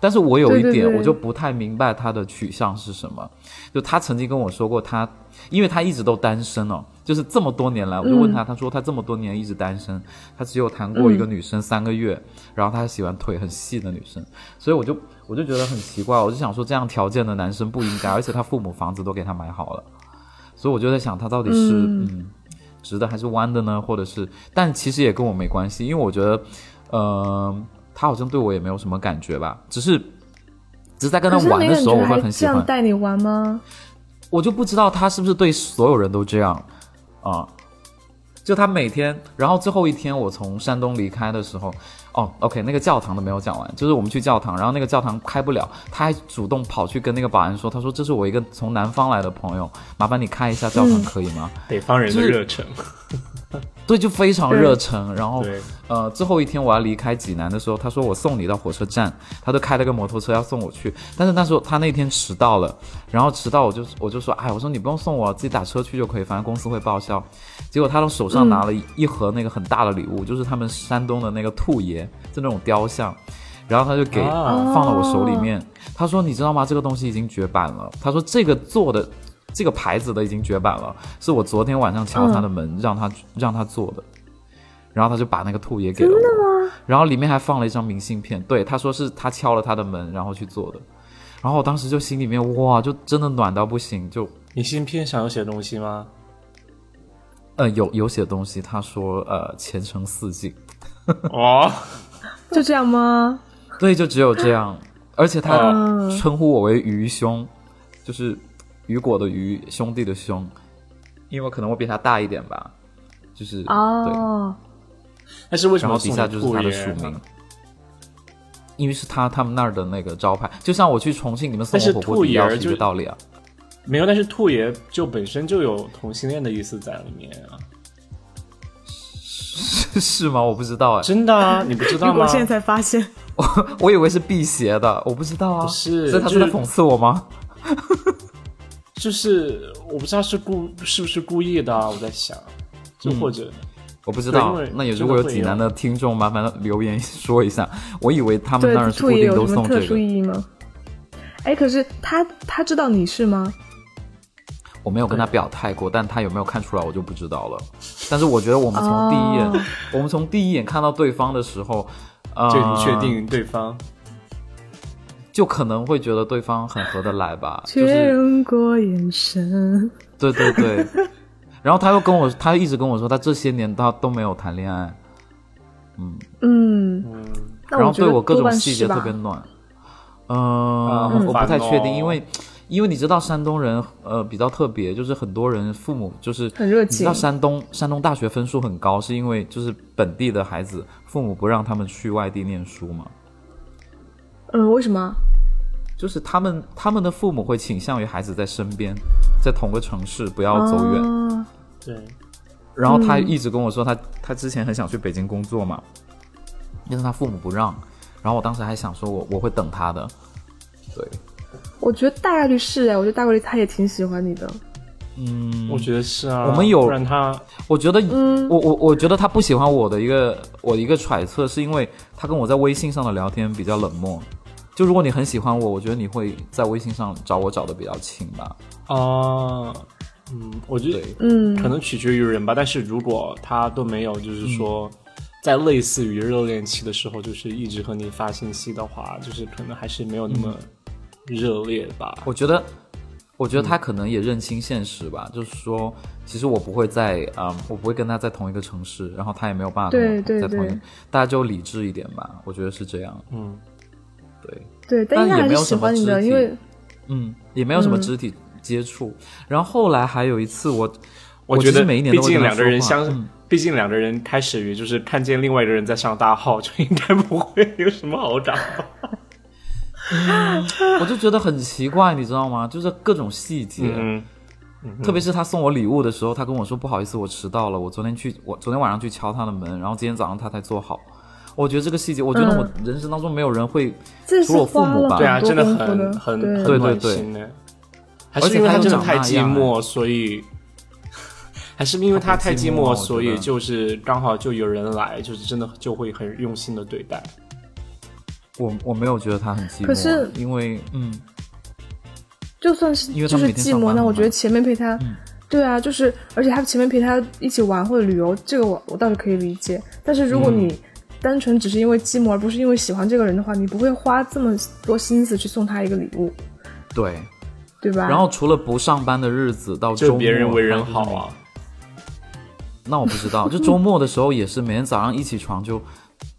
Speaker 2: 但是我有一
Speaker 3: 对对
Speaker 2: 点
Speaker 3: 对
Speaker 2: 我就不太明白他的取向是什么，就他曾经跟我说过他因为他一直都单身哦，就是这么多年来，
Speaker 3: 嗯
Speaker 2: 我就问他，他说他这么多年一直单身，他只有谈过一个女生三个月，然后他喜欢腿很细的女生，所以我就我就觉得很奇怪，我就想说这样条件的男生不应该，而且他父母房子都给他买好了，所以我就在想他到底是嗯
Speaker 3: 嗯
Speaker 2: 直的还是弯的呢，或者是，但其实也跟我没关系，因为我觉得，呃，他好像对我也没有什么感觉吧，只是。只是在跟他
Speaker 3: 可是
Speaker 2: 玩
Speaker 3: 没
Speaker 2: 的
Speaker 3: 感
Speaker 2: 时候，
Speaker 3: 觉
Speaker 2: 我会
Speaker 3: 还
Speaker 2: 很喜
Speaker 3: 这
Speaker 2: 欢
Speaker 3: 样。带你玩吗？
Speaker 2: 我就不知道他是不是对所有人都这样啊。就他每天，然后最后一天我从山东离开的时候，哦，OK，那个教堂的没有讲完，就是我们去教堂，然后那个教堂开不了，他还主动跑去跟那个保安说，他说这是我一个从南方来的朋友，麻烦你开一下教堂可以吗？
Speaker 1: 北方人的
Speaker 2: 就是
Speaker 1: 热忱，
Speaker 2: 对，就非常
Speaker 3: 对
Speaker 2: 热忱，然
Speaker 3: 哦
Speaker 2: 后
Speaker 1: 对，
Speaker 2: 呃，最后一天我要离开济南的时候，他说我送你到火车站，他就开了个摩托车要送我去。但是那时候他那天迟到了，然后迟到我就我就说，哎，我说你不用送我，自己打车去就可以，反正公司会报销。结果他从手上拿了一盒那个很大的礼物，就是他们山东的那个兔爷，就那种雕像，然后他就给
Speaker 1: 啊
Speaker 2: 放到我手里面。他说：“你知道吗？这个东西已经绝版了。”他说：“这个做的，这个牌子的已经绝版了，是我昨天晚上敲他的
Speaker 3: 嗯
Speaker 2: 门，让他让他做的。”然后他就把那个兔也给了我，然后里面还放了一张明信片。对，他说是他敲了他的门，然后去做的。然后我当时就心里面哇，就真的暖到不行，就
Speaker 1: 明信片上有写东西吗？
Speaker 2: 呃有有写东西，他说呃前程似锦，
Speaker 1: [laughs] 哦，
Speaker 3: 就这
Speaker 2: [laughs]
Speaker 3: 样吗？
Speaker 2: 对，就只有这样。而且他
Speaker 3: 嗯
Speaker 2: 称呼我为鱼兄，就是雨果的鱼，兄弟的兄，因为我可能我比他大一点吧，就是对。
Speaker 3: 哦，
Speaker 1: 但是为什
Speaker 2: 然
Speaker 1: 么
Speaker 2: 后底
Speaker 1: 送
Speaker 2: 下
Speaker 1: 你啊
Speaker 2: 就是
Speaker 1: 兔
Speaker 2: 他的
Speaker 1: 爷
Speaker 2: 署名
Speaker 1: 呢，
Speaker 2: 因为是他他们那儿的那个招牌，就像我去重庆，你们
Speaker 1: 但
Speaker 2: 送
Speaker 1: 是
Speaker 2: 我火
Speaker 1: 兔
Speaker 2: 锅底
Speaker 1: 爷
Speaker 2: 料
Speaker 1: 儿
Speaker 2: 是一
Speaker 1: 就
Speaker 2: 个道理啊。 [laughs]
Speaker 1: 没有，但是兔爷就本身就有同性恋的意思在里面啊，
Speaker 2: 是是吗？我不知道哎，
Speaker 1: 真的啊， [laughs] 你不知道
Speaker 3: 如
Speaker 1: 吗
Speaker 3: 果？现在才发现，
Speaker 2: 我以为是辟邪的，我不知道啊。
Speaker 1: 不是
Speaker 2: 所以他
Speaker 1: 就是
Speaker 2: 在讽刺我吗？
Speaker 1: 就是我不知道是故是不是故意的啊，我在想，
Speaker 2: 嗯
Speaker 1: 就或者、
Speaker 2: 我不知道
Speaker 1: 对因为。
Speaker 2: 那也
Speaker 1: 真的
Speaker 2: 如果有
Speaker 1: 会
Speaker 2: 济南
Speaker 1: 有
Speaker 2: 的听众，麻烦留言说一下。我以为他们
Speaker 3: 对
Speaker 2: 那儿是
Speaker 3: 兔
Speaker 2: 固
Speaker 3: 也
Speaker 2: 定
Speaker 3: 有
Speaker 2: 都
Speaker 3: 什么
Speaker 2: 送这
Speaker 3: 特
Speaker 2: 个
Speaker 3: 殊，意义吗？哎，可是他他知道你是吗？
Speaker 2: 我没有跟他表态过，但他有没有看出来我就不知道了。但是我觉得我们从第一眼，
Speaker 3: 哦
Speaker 2: 我们从第一眼看到对方的时候，呃，
Speaker 1: 就你确定对方、
Speaker 2: 就可能会觉得对方很合得来
Speaker 3: [laughs]
Speaker 2: 吧，
Speaker 3: 确
Speaker 2: 就是
Speaker 3: 认过眼神，
Speaker 2: 对对
Speaker 3: [laughs]
Speaker 2: 对。然后他又跟我，他一直跟我说，他这些年他都没有谈恋爱，
Speaker 3: 嗯，
Speaker 1: 嗯，
Speaker 3: 那
Speaker 2: 然后
Speaker 3: 觉
Speaker 2: 对
Speaker 3: 得
Speaker 2: 我各
Speaker 3: 多
Speaker 2: 种
Speaker 3: 半
Speaker 2: 细节
Speaker 3: 是吧
Speaker 2: 特别暖。嗯、
Speaker 1: 啊
Speaker 2: 我
Speaker 1: 好
Speaker 2: 不
Speaker 1: 烦
Speaker 2: 太确定，
Speaker 1: 哦
Speaker 2: 因为因为你知道山东人呃比较特别，就是很多人父母就是
Speaker 3: 很热情
Speaker 2: 你知道山东山东大学分数很高，是因为就是本地的孩子父母不让他们去外地念书嘛，
Speaker 3: 嗯，为什么？
Speaker 2: 就是他们他们的父母会倾向于孩子在身边，在同个城市不要走远。
Speaker 3: 哦
Speaker 1: 对，
Speaker 2: 然后他一直跟我说他，他之前很想去北京工作嘛，但是他父母不让。然后我当时还想说我我会等他的，对，
Speaker 3: 我觉得大概率是哎，我觉得大概率他也挺喜欢你的。
Speaker 2: 嗯，
Speaker 1: 我觉得是啊，
Speaker 2: 我们有
Speaker 1: 不然他
Speaker 2: 我觉得，
Speaker 3: 嗯
Speaker 2: 我我我觉得他不喜欢我的一个我的一个揣测，是因为他跟我在微信上的聊天比较冷漠。就如果你很喜欢我，我觉得你会在微信上找我找的比较勤吧。
Speaker 1: 啊、嗯，我觉得
Speaker 2: 对，
Speaker 3: 嗯，
Speaker 1: 可能取决于人吧，但是如果他都没有，就是说。
Speaker 2: 嗯
Speaker 1: 在类似于热恋期的时候，就是一直和你发信息的话，就是可能还是没有那么
Speaker 2: 嗯
Speaker 1: 热烈吧。
Speaker 2: 我觉得，我觉得他可能也认清现实吧，就是说，其实我不会在啊、我不会跟他在同一个城市，然后他也没有办法跟我
Speaker 3: 对对
Speaker 2: 在同一
Speaker 3: 对
Speaker 2: 个，大家就理智一点吧，我觉得是这样。
Speaker 1: 嗯，
Speaker 2: 对，
Speaker 3: 对，但
Speaker 2: 但
Speaker 3: 应该
Speaker 2: 也
Speaker 3: 还
Speaker 2: 没有
Speaker 3: 是喜
Speaker 2: 什么
Speaker 3: 欢你的，
Speaker 2: 肢体
Speaker 3: 因为
Speaker 2: 嗯，也没有什么肢体接触。然后后来还有一次我，我
Speaker 1: 觉
Speaker 2: 其实
Speaker 1: 得
Speaker 2: 每一年
Speaker 1: 毕
Speaker 2: 都会
Speaker 1: 竟
Speaker 2: 跟他
Speaker 1: 两个人
Speaker 2: 说话
Speaker 1: 相、
Speaker 2: 嗯
Speaker 1: 毕竟两个人开始于就是看见另外一个人在上大号，就应该不会有什么好打。
Speaker 2: 我就觉得很奇怪，你知道吗？就是各种细节，
Speaker 1: 嗯，
Speaker 2: 特别是他送我礼物的时候，他跟我说不好意思，我迟到了，我昨天去，我昨天晚上去敲他的门，然后今天早上他才做好。我觉得这个细节，我觉得
Speaker 3: 嗯
Speaker 2: 我人生当中没有人会，
Speaker 3: 这
Speaker 2: 除
Speaker 3: 是
Speaker 2: 了我父
Speaker 3: 花
Speaker 2: 母
Speaker 3: 了
Speaker 2: 吧
Speaker 1: 对啊，
Speaker 3: 很多
Speaker 1: 真的
Speaker 3: 功夫
Speaker 1: 很
Speaker 3: 的，
Speaker 1: 很
Speaker 3: 对
Speaker 1: 很
Speaker 2: 对
Speaker 1: 暖
Speaker 2: 对
Speaker 1: 心呢。还
Speaker 2: 而
Speaker 1: 是
Speaker 2: 且
Speaker 1: 因为
Speaker 2: 他
Speaker 1: 他
Speaker 2: 又
Speaker 1: 真的
Speaker 2: 长
Speaker 1: 太
Speaker 2: 那
Speaker 1: 寂
Speaker 2: 样哎
Speaker 1: 寞，所
Speaker 2: [laughs]
Speaker 1: 以还是因为他太寂
Speaker 2: 好寂寞啊
Speaker 1: 寞，
Speaker 2: 我
Speaker 1: 所
Speaker 2: 觉
Speaker 1: 以
Speaker 2: 得
Speaker 1: 就是刚好就有人来，就是真的就会很用心的对待。
Speaker 2: 我我没有觉得他很寂寞，啊
Speaker 3: 可是
Speaker 2: 因为嗯，
Speaker 3: 就算是
Speaker 2: 因为他
Speaker 3: 就
Speaker 2: 们
Speaker 3: 是
Speaker 2: 每天
Speaker 3: 寂
Speaker 2: 上班嗯
Speaker 3: 寞，
Speaker 2: 很
Speaker 3: 那我觉得
Speaker 2: 忙
Speaker 3: 前面陪他，对啊，就是而且他前面陪他一起玩或者旅游，这个我我倒是可以理解。但是如果
Speaker 2: 嗯
Speaker 3: 你单纯只是因为寂寞，而不是因为喜欢这个人的话，你不会花这么多心思去送他一个礼物，
Speaker 2: 对。
Speaker 3: 对吧？
Speaker 2: 然后除了不上班的日子到周
Speaker 1: 就
Speaker 2: 末，
Speaker 1: 别人为人
Speaker 2: 他就是
Speaker 1: 好
Speaker 2: 每
Speaker 1: 啊，
Speaker 2: 那我不知道，就周末的时候也是，每天早上一起床就，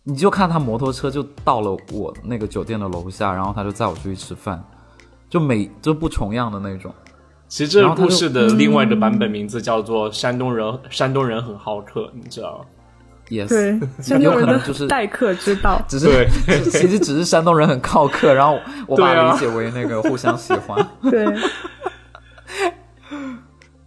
Speaker 2: 你就看他摩托车就到了我那个酒店的楼下，然后他就载我出去吃饭，就每就不重样的那种。
Speaker 1: 其实这
Speaker 2: 然
Speaker 1: 个
Speaker 2: 后他就
Speaker 1: 故事
Speaker 3: 嗯
Speaker 1: 的另外一个版本名字叫做《山东人》，山东人很好客，你知道吗？
Speaker 2: 嗯 Yes，
Speaker 3: 对，山
Speaker 2: [laughs] 有
Speaker 3: 东
Speaker 2: 可
Speaker 3: 人
Speaker 2: 能就是
Speaker 3: 的待客之道，
Speaker 2: 只是其实只是山东人很好客，然后我把
Speaker 1: 对啊啊
Speaker 2: 它理解为那个互相喜
Speaker 1: [laughs]
Speaker 2: 欢。
Speaker 3: 对，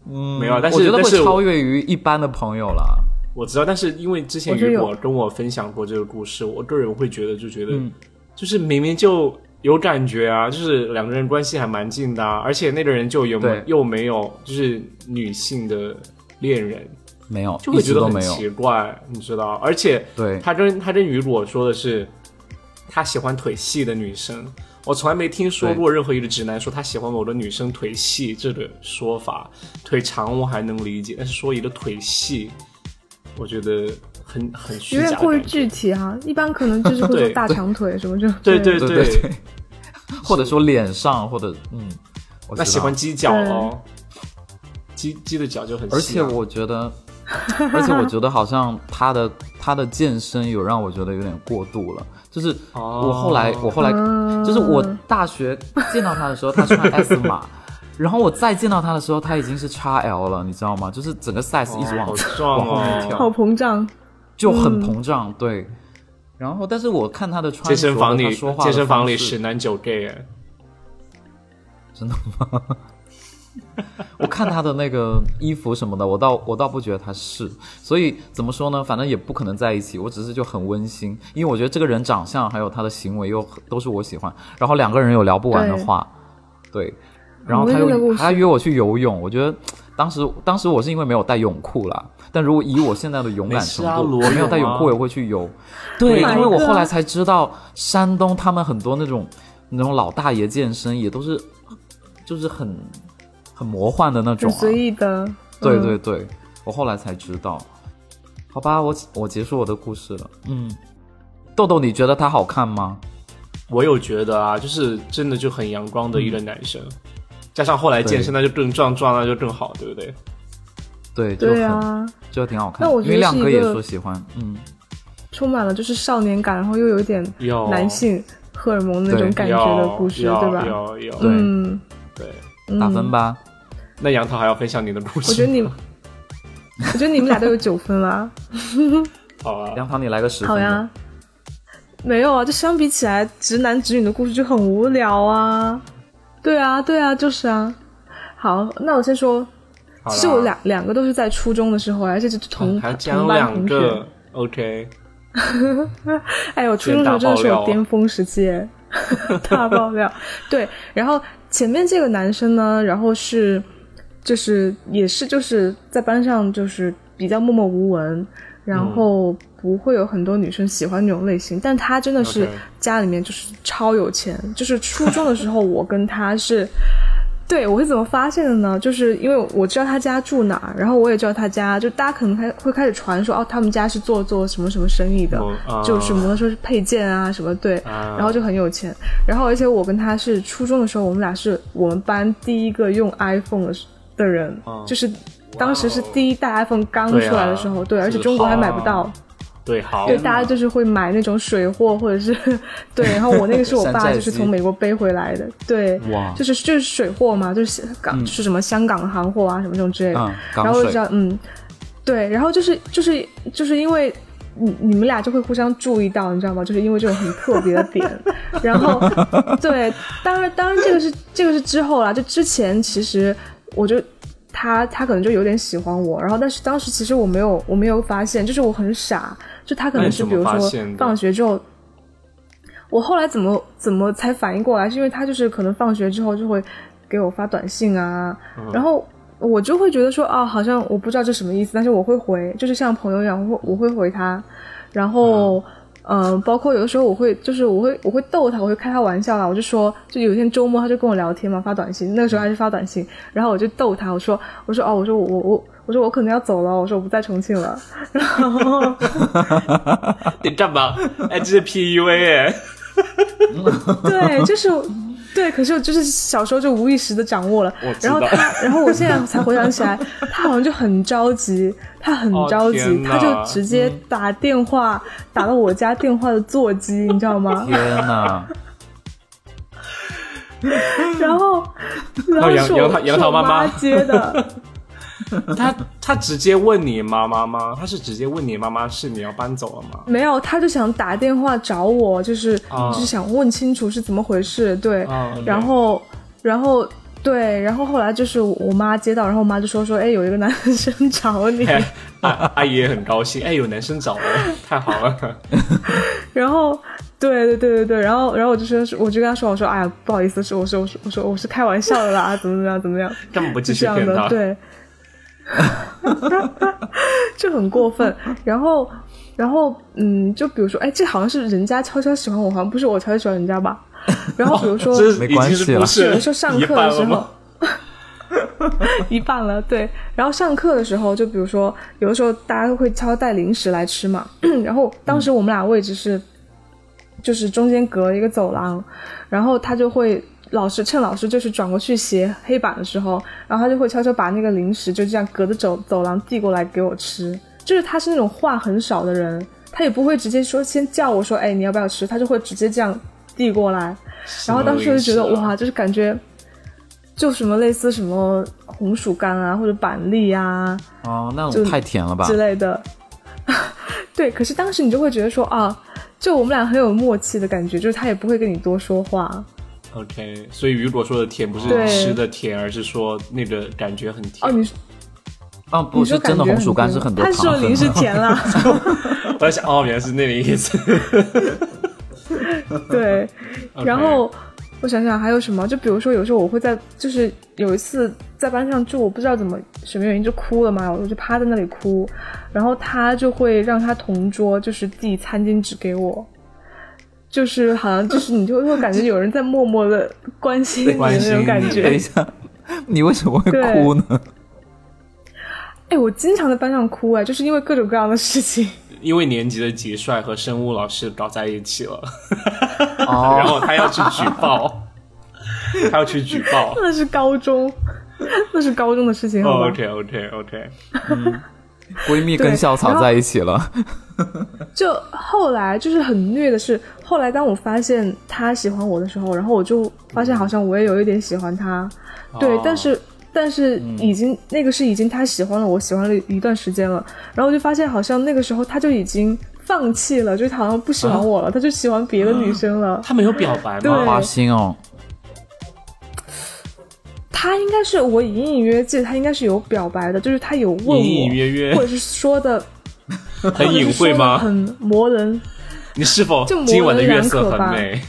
Speaker 2: 嗯，
Speaker 1: 没有但是
Speaker 2: 我觉得
Speaker 1: 但
Speaker 2: 会
Speaker 1: 是我
Speaker 2: 超越于一般的朋友啦。
Speaker 1: 我知道，但是因为之前
Speaker 3: 我觉得
Speaker 1: 雨
Speaker 3: 有
Speaker 1: 果跟我分享过这个故事，我个人会觉得就觉得，
Speaker 2: 嗯
Speaker 1: 就是明明就有感觉啊，就是两个人关系还蛮近的、啊，而且那个人就有没
Speaker 2: 对
Speaker 1: 又没有就是女性的恋人，
Speaker 2: 没有，
Speaker 1: 就会
Speaker 2: 一直
Speaker 1: 觉得
Speaker 2: 都
Speaker 1: 很
Speaker 2: 没有。
Speaker 1: 奇怪，你知道？而且
Speaker 2: 对，
Speaker 1: 他跟他跟雨果说的是，他喜欢腿细的女生。我从来没听说过任何一个直男说他喜欢某个女生腿细这个说法，腿长我还能理解，但是说一个腿细，我觉得很很虚
Speaker 3: 有
Speaker 1: 假
Speaker 3: 点
Speaker 1: 的
Speaker 3: 过于
Speaker 1: 感觉
Speaker 3: 具体哈、一般可能就是会说
Speaker 1: 对
Speaker 3: 大长腿什么就
Speaker 1: 对
Speaker 3: 对
Speaker 1: [laughs] 对
Speaker 2: 对对，或者说脸上，或者嗯，我
Speaker 1: 那
Speaker 2: 知
Speaker 1: 喜
Speaker 2: 道
Speaker 1: 欢鸡脚咯，
Speaker 3: 嗯
Speaker 1: 鸡鸡的脚就很细啊、
Speaker 2: 而且我
Speaker 1: [laughs]
Speaker 2: 觉得，而且我觉得好像他的他的健身有让我觉得有点过度了。就是
Speaker 1: 哦
Speaker 2: 我后来、我后来、
Speaker 3: 嗯
Speaker 2: 就是我大学见到他的时候，他穿 S 码，然后我再见到他的时候，他已经是 XL 了，你知道吗？就是整个 size 一直
Speaker 1: 哦
Speaker 2: 往、
Speaker 1: 好壮
Speaker 2: 往后面
Speaker 1: 哦，
Speaker 2: 跳，
Speaker 3: 好膨胀，
Speaker 2: 就很膨胀。对，然后但是我看他的穿着，
Speaker 1: 健身房
Speaker 2: 他
Speaker 1: 里
Speaker 2: 说话的
Speaker 1: 健身房里
Speaker 2: 方式
Speaker 1: 十男九 gay，哎
Speaker 2: 真的吗？我看他的那个衣服什么的，我倒我倒不觉得他是，所以怎么说呢？反正也不可能在一起，我只是就很温馨，因为我觉得这个人长相还有他的行为又很都是我喜欢，然后两个人有聊不完的话，对，然后他
Speaker 3: 很温馨的故
Speaker 2: 又
Speaker 3: 事
Speaker 2: 他约我去游泳，我觉得当时当时我是因为没有带泳裤啦，但如果以我现在的勇敢
Speaker 1: 没事
Speaker 2: 程
Speaker 1: 啊
Speaker 2: 度，
Speaker 1: 裸
Speaker 2: 我没有带
Speaker 1: 泳
Speaker 2: 泳
Speaker 1: 啊
Speaker 2: 裤我也会去游，对，
Speaker 3: Oh my
Speaker 2: 因为我后来
Speaker 3: God
Speaker 2: 才知道山东他们很多那种那种老大爷健身也都是就是很很魔幻的那
Speaker 3: 很
Speaker 2: 种、啊，
Speaker 3: 随意的，
Speaker 2: 对
Speaker 3: 嗯
Speaker 2: 对对，我后来才知道。好吧，我我结束我的故事了。嗯，豆豆，你觉得他好看吗？
Speaker 1: 我有觉得啊，就是真的就很阳光的一个男生，加上后来健身，那就更壮壮，那就更好，对不对？
Speaker 2: 对，就
Speaker 3: 对
Speaker 2: 很、
Speaker 3: 啊，
Speaker 2: 就挺好看。
Speaker 3: 那我觉
Speaker 2: 因为
Speaker 3: 得
Speaker 2: 亮
Speaker 3: 是一
Speaker 2: 哥也
Speaker 3: 个
Speaker 2: 说喜欢，嗯，
Speaker 3: 充满了就是少年感，然后又有一点
Speaker 1: 有
Speaker 3: 男性荷尔蒙那种
Speaker 2: 对
Speaker 3: 感觉的故事，
Speaker 1: 有
Speaker 3: 对吧？
Speaker 1: 有有
Speaker 2: 对
Speaker 3: 嗯，
Speaker 1: 对。
Speaker 3: 嗯
Speaker 2: 打分。吧。
Speaker 1: 那杨桃还要分享你的故事？
Speaker 3: 我觉得你，我觉得你们俩都有九分啦。
Speaker 1: [laughs] 好啊，
Speaker 2: 杨桃，你来个十分。
Speaker 3: 好呀。，没有啊，就相比起来，直男直女的故事就很无聊啊。对啊，对啊，就是啊。好，那我先说，
Speaker 1: 好啦啊嗯
Speaker 3: 其实我两两个都是在初中的时候啊，而且就是同、
Speaker 1: 还讲
Speaker 3: 同班
Speaker 1: 两
Speaker 3: 同学
Speaker 1: 个。OK，
Speaker 3: 哎呦，初中时候真的是我巅峰时期， [laughs] 大爆料。对，然后前面这个男生呢，然后是就是也是就是在班上就是比较默默无闻，然
Speaker 1: 嗯
Speaker 3: 后不会有很多女生喜欢那种类型，但他真的是
Speaker 1: OK
Speaker 3: 家里面就是超有钱，就是初中的时候我跟他是。 [laughs] 对，我是怎么发现的呢？就是因为我知道他家住哪儿，然后我也知道他家，就大家可能开会开始传说哦，他们家是做做什么什么生意的，
Speaker 1: 某啊
Speaker 3: 就是摩托车配件啊什么对，
Speaker 1: 啊
Speaker 3: 然后就很有钱。然后而且我跟他是初中的时候，我们俩是我们班第一个用 iPhone 的的人，
Speaker 1: 哦
Speaker 3: 就是当时是
Speaker 1: 哇哦啊
Speaker 3: 第一代 iPhone 刚出来的时候，对,、而且中国还买不到，
Speaker 1: 对，
Speaker 3: [laughs]
Speaker 1: 好，
Speaker 3: 对，大家就是会买那种水货或者是 [laughs] 对，然后我那个是我
Speaker 2: 山
Speaker 3: 爸
Speaker 2: 寨
Speaker 3: 就是
Speaker 2: 机嗯
Speaker 3: 从美国背回来的，对，
Speaker 2: 哇
Speaker 3: 就是就是水货嘛，就是香港、就是什么香港行货啊什么这种之类的，
Speaker 2: 嗯，
Speaker 3: 然
Speaker 2: 港
Speaker 3: 后就
Speaker 2: 水
Speaker 3: 知道，嗯，对，然后就是就是就是因为你你们俩就会互相注意到，你知道吗？就是因为这种很特别的点，然后 [laughs] 对，当然当然这个是这个是之后啦，就之前其实我就他他可能就有点喜欢我，然后但是当时其实我没有我没有发现，就是我很傻，就他可能是比如
Speaker 1: 那你怎么发
Speaker 3: 说
Speaker 1: 现的
Speaker 3: 放学之后。我后来怎么怎么才反应过来，是因为他就是可能放学之后就会给我发短信啊，
Speaker 1: 嗯
Speaker 3: 然后我就会觉得说啊，好像我不知道这什么意思，但是我会回，就是像朋友一样，我会我会回他，然后嗯、呃包括有的时候我会就是我会我会逗他，我会开他玩笑啊啦，我就说，就有一天周末他就跟我聊天嘛，发短信，那个时候还是发短信，然后我就逗他，我说我说哦，我说我我我我说我可能要走了，我说我不在重庆了， [laughs] 然后。
Speaker 1: 点赞吧！哎，这是 PUA 哎。
Speaker 3: 对，就是对，可是我就是小时候就无意识的掌握了
Speaker 1: 我，知
Speaker 3: 然
Speaker 1: 道
Speaker 3: 后他，然后我现在才回想起来，他好像就很着急，他很
Speaker 1: 哦
Speaker 3: 着急，
Speaker 1: 天哪嗯
Speaker 3: 他就直接打电话、打到我家电话的座机，你知道吗？
Speaker 2: 天哪！
Speaker 3: [laughs] 然
Speaker 1: [laughs]
Speaker 3: 后，然后
Speaker 1: 杨
Speaker 3: 是
Speaker 1: 杨
Speaker 3: 我
Speaker 1: 桃杨
Speaker 3: 是
Speaker 1: 桃
Speaker 3: 我
Speaker 1: 妈妈 [laughs]
Speaker 3: 接的，
Speaker 1: 他他直接问你妈妈吗？他是直接问你妈妈是你要搬走了吗？
Speaker 3: 没有，他就想打电话找我，就是、
Speaker 1: 啊
Speaker 3: 就是想问清楚是怎么回事，对，
Speaker 1: 啊，OK
Speaker 3: 然后然后对，然后后来就是我妈接到，然后我妈就说说，哎，有一个男生 [laughs] 找你。
Speaker 1: 哎， [laughs] 阿阿姨也很高兴，哎，有男生找
Speaker 3: [laughs]
Speaker 1: 了，太好了。
Speaker 3: 然后，对对对对对，然后然后我就说，我就跟他说，我说，哎呀，不好意思，是我说我说我说我是开玩笑的啦，怎么怎么样怎么样，
Speaker 1: 根本不
Speaker 3: 就
Speaker 1: 继续
Speaker 3: 这样
Speaker 1: 骗
Speaker 3: 的，
Speaker 1: 他。
Speaker 3: 对，就很过分。然后，然后，嗯，就比如说，哎，这好像是人家悄悄喜欢我，好像不是我悄悄喜欢人家吧？然后比如说，
Speaker 1: 哦这是
Speaker 2: 没关系
Speaker 1: 已经是
Speaker 2: 了
Speaker 1: 不是
Speaker 3: 有的时候上
Speaker 1: 一
Speaker 3: 课
Speaker 1: 半
Speaker 3: 的
Speaker 1: 了
Speaker 3: 时候
Speaker 1: 吗？，
Speaker 3: [laughs] 一半了，对。然后上课的时候，就比如说有的时候大家会悄带零食来吃嘛， [clears throat] 然后当时我们俩位置是，就是中间隔了一个走廊，然后他就会。老师趁老师就是转过去写黑板的时候，然后他就会悄悄把那个零食就这样隔着走走廊递过来给我吃。就是他是那种话很少的人，他也不会直接说先叫我说，哎，你要不要吃？他就会直接这样递过来。然后当时就觉
Speaker 1: 什
Speaker 3: 得
Speaker 1: 么零食啊
Speaker 3: 哇，就是感觉，就什么类似什么红薯干啊，或者板栗啊
Speaker 2: 哦，那
Speaker 3: 就
Speaker 2: 种太甜了吧
Speaker 3: 之？类的。 [laughs] 对，可是当时你就会觉得说啊，就我们俩很有默契的感觉，就是他也不会跟你多说话。
Speaker 1: OK，所以雨果说的甜不是
Speaker 3: 对
Speaker 1: 吃的甜，而是说那个感觉很甜。
Speaker 3: 哦，你
Speaker 2: 啊，不
Speaker 3: 你
Speaker 2: 是
Speaker 3: 说
Speaker 2: 真
Speaker 3: 感
Speaker 2: 的
Speaker 3: 觉
Speaker 2: 红薯干
Speaker 3: 甜
Speaker 2: 是很多
Speaker 3: 他
Speaker 2: 糖啊
Speaker 3: 是说
Speaker 2: 分
Speaker 3: 零食
Speaker 2: 的。
Speaker 3: 甜啦。
Speaker 1: 我在想，哦，原来是那个意思。
Speaker 3: 对
Speaker 1: OK
Speaker 3: [laughs] 然后我想想还有什么，就比如说有时候我会在，就是有一次在班上就我不知道怎么什么原因就哭了嘛，我就趴在那里哭，然后他就会让他同桌就是递餐巾纸给我。就是好像就是你就会感觉有人在默默的关心你的
Speaker 1: 关
Speaker 3: 那
Speaker 1: 心
Speaker 3: 种感
Speaker 1: 你
Speaker 3: 觉，
Speaker 2: [laughs] 等一下，你为什么会
Speaker 3: 对 [laughs]
Speaker 2: 哭呢？
Speaker 3: 哎，我经常在班上哭哎，就是因为各种各样的事情。 [laughs]
Speaker 1: 因为年级的杰帅和生物老师搞在一起了，然
Speaker 2: 哦，
Speaker 1: 后他要去举
Speaker 2: [laughs]
Speaker 1: 报，他要去举报。
Speaker 3: 那是高中， [laughs] 那是高中的事情，好吧？
Speaker 1: OK OK OK，
Speaker 2: 闺蜜
Speaker 3: 对
Speaker 2: 跟校
Speaker 3: 然
Speaker 2: 草
Speaker 3: 后
Speaker 2: 在一起了。
Speaker 3: 就后来就是很虐的是，后来当我发现他喜欢我的时候，然后我就发现好像我也有一点喜欢他，对，
Speaker 1: 哦
Speaker 3: 但是但是已经、那个是已经他喜欢了我，喜欢了一段时间了，然后我就发现好像那个时候他就已经放弃了，就是好像不喜欢我了，
Speaker 1: 啊
Speaker 3: 他就喜欢别的女生了。
Speaker 1: 他没有表白
Speaker 3: 对
Speaker 1: 吗？
Speaker 2: 花心哦，
Speaker 3: 他应该是我隐隐约约记得他应该是有表白的，就是他有问我，
Speaker 1: 隐隐约约
Speaker 3: 或，者是说的
Speaker 1: 很隐晦
Speaker 3: 或者是说得
Speaker 1: 吗？
Speaker 3: 很磨人，
Speaker 1: 你是否
Speaker 3: 就模棱
Speaker 1: 今晚的月色
Speaker 3: 两可
Speaker 1: 很
Speaker 3: 吧
Speaker 1: 美？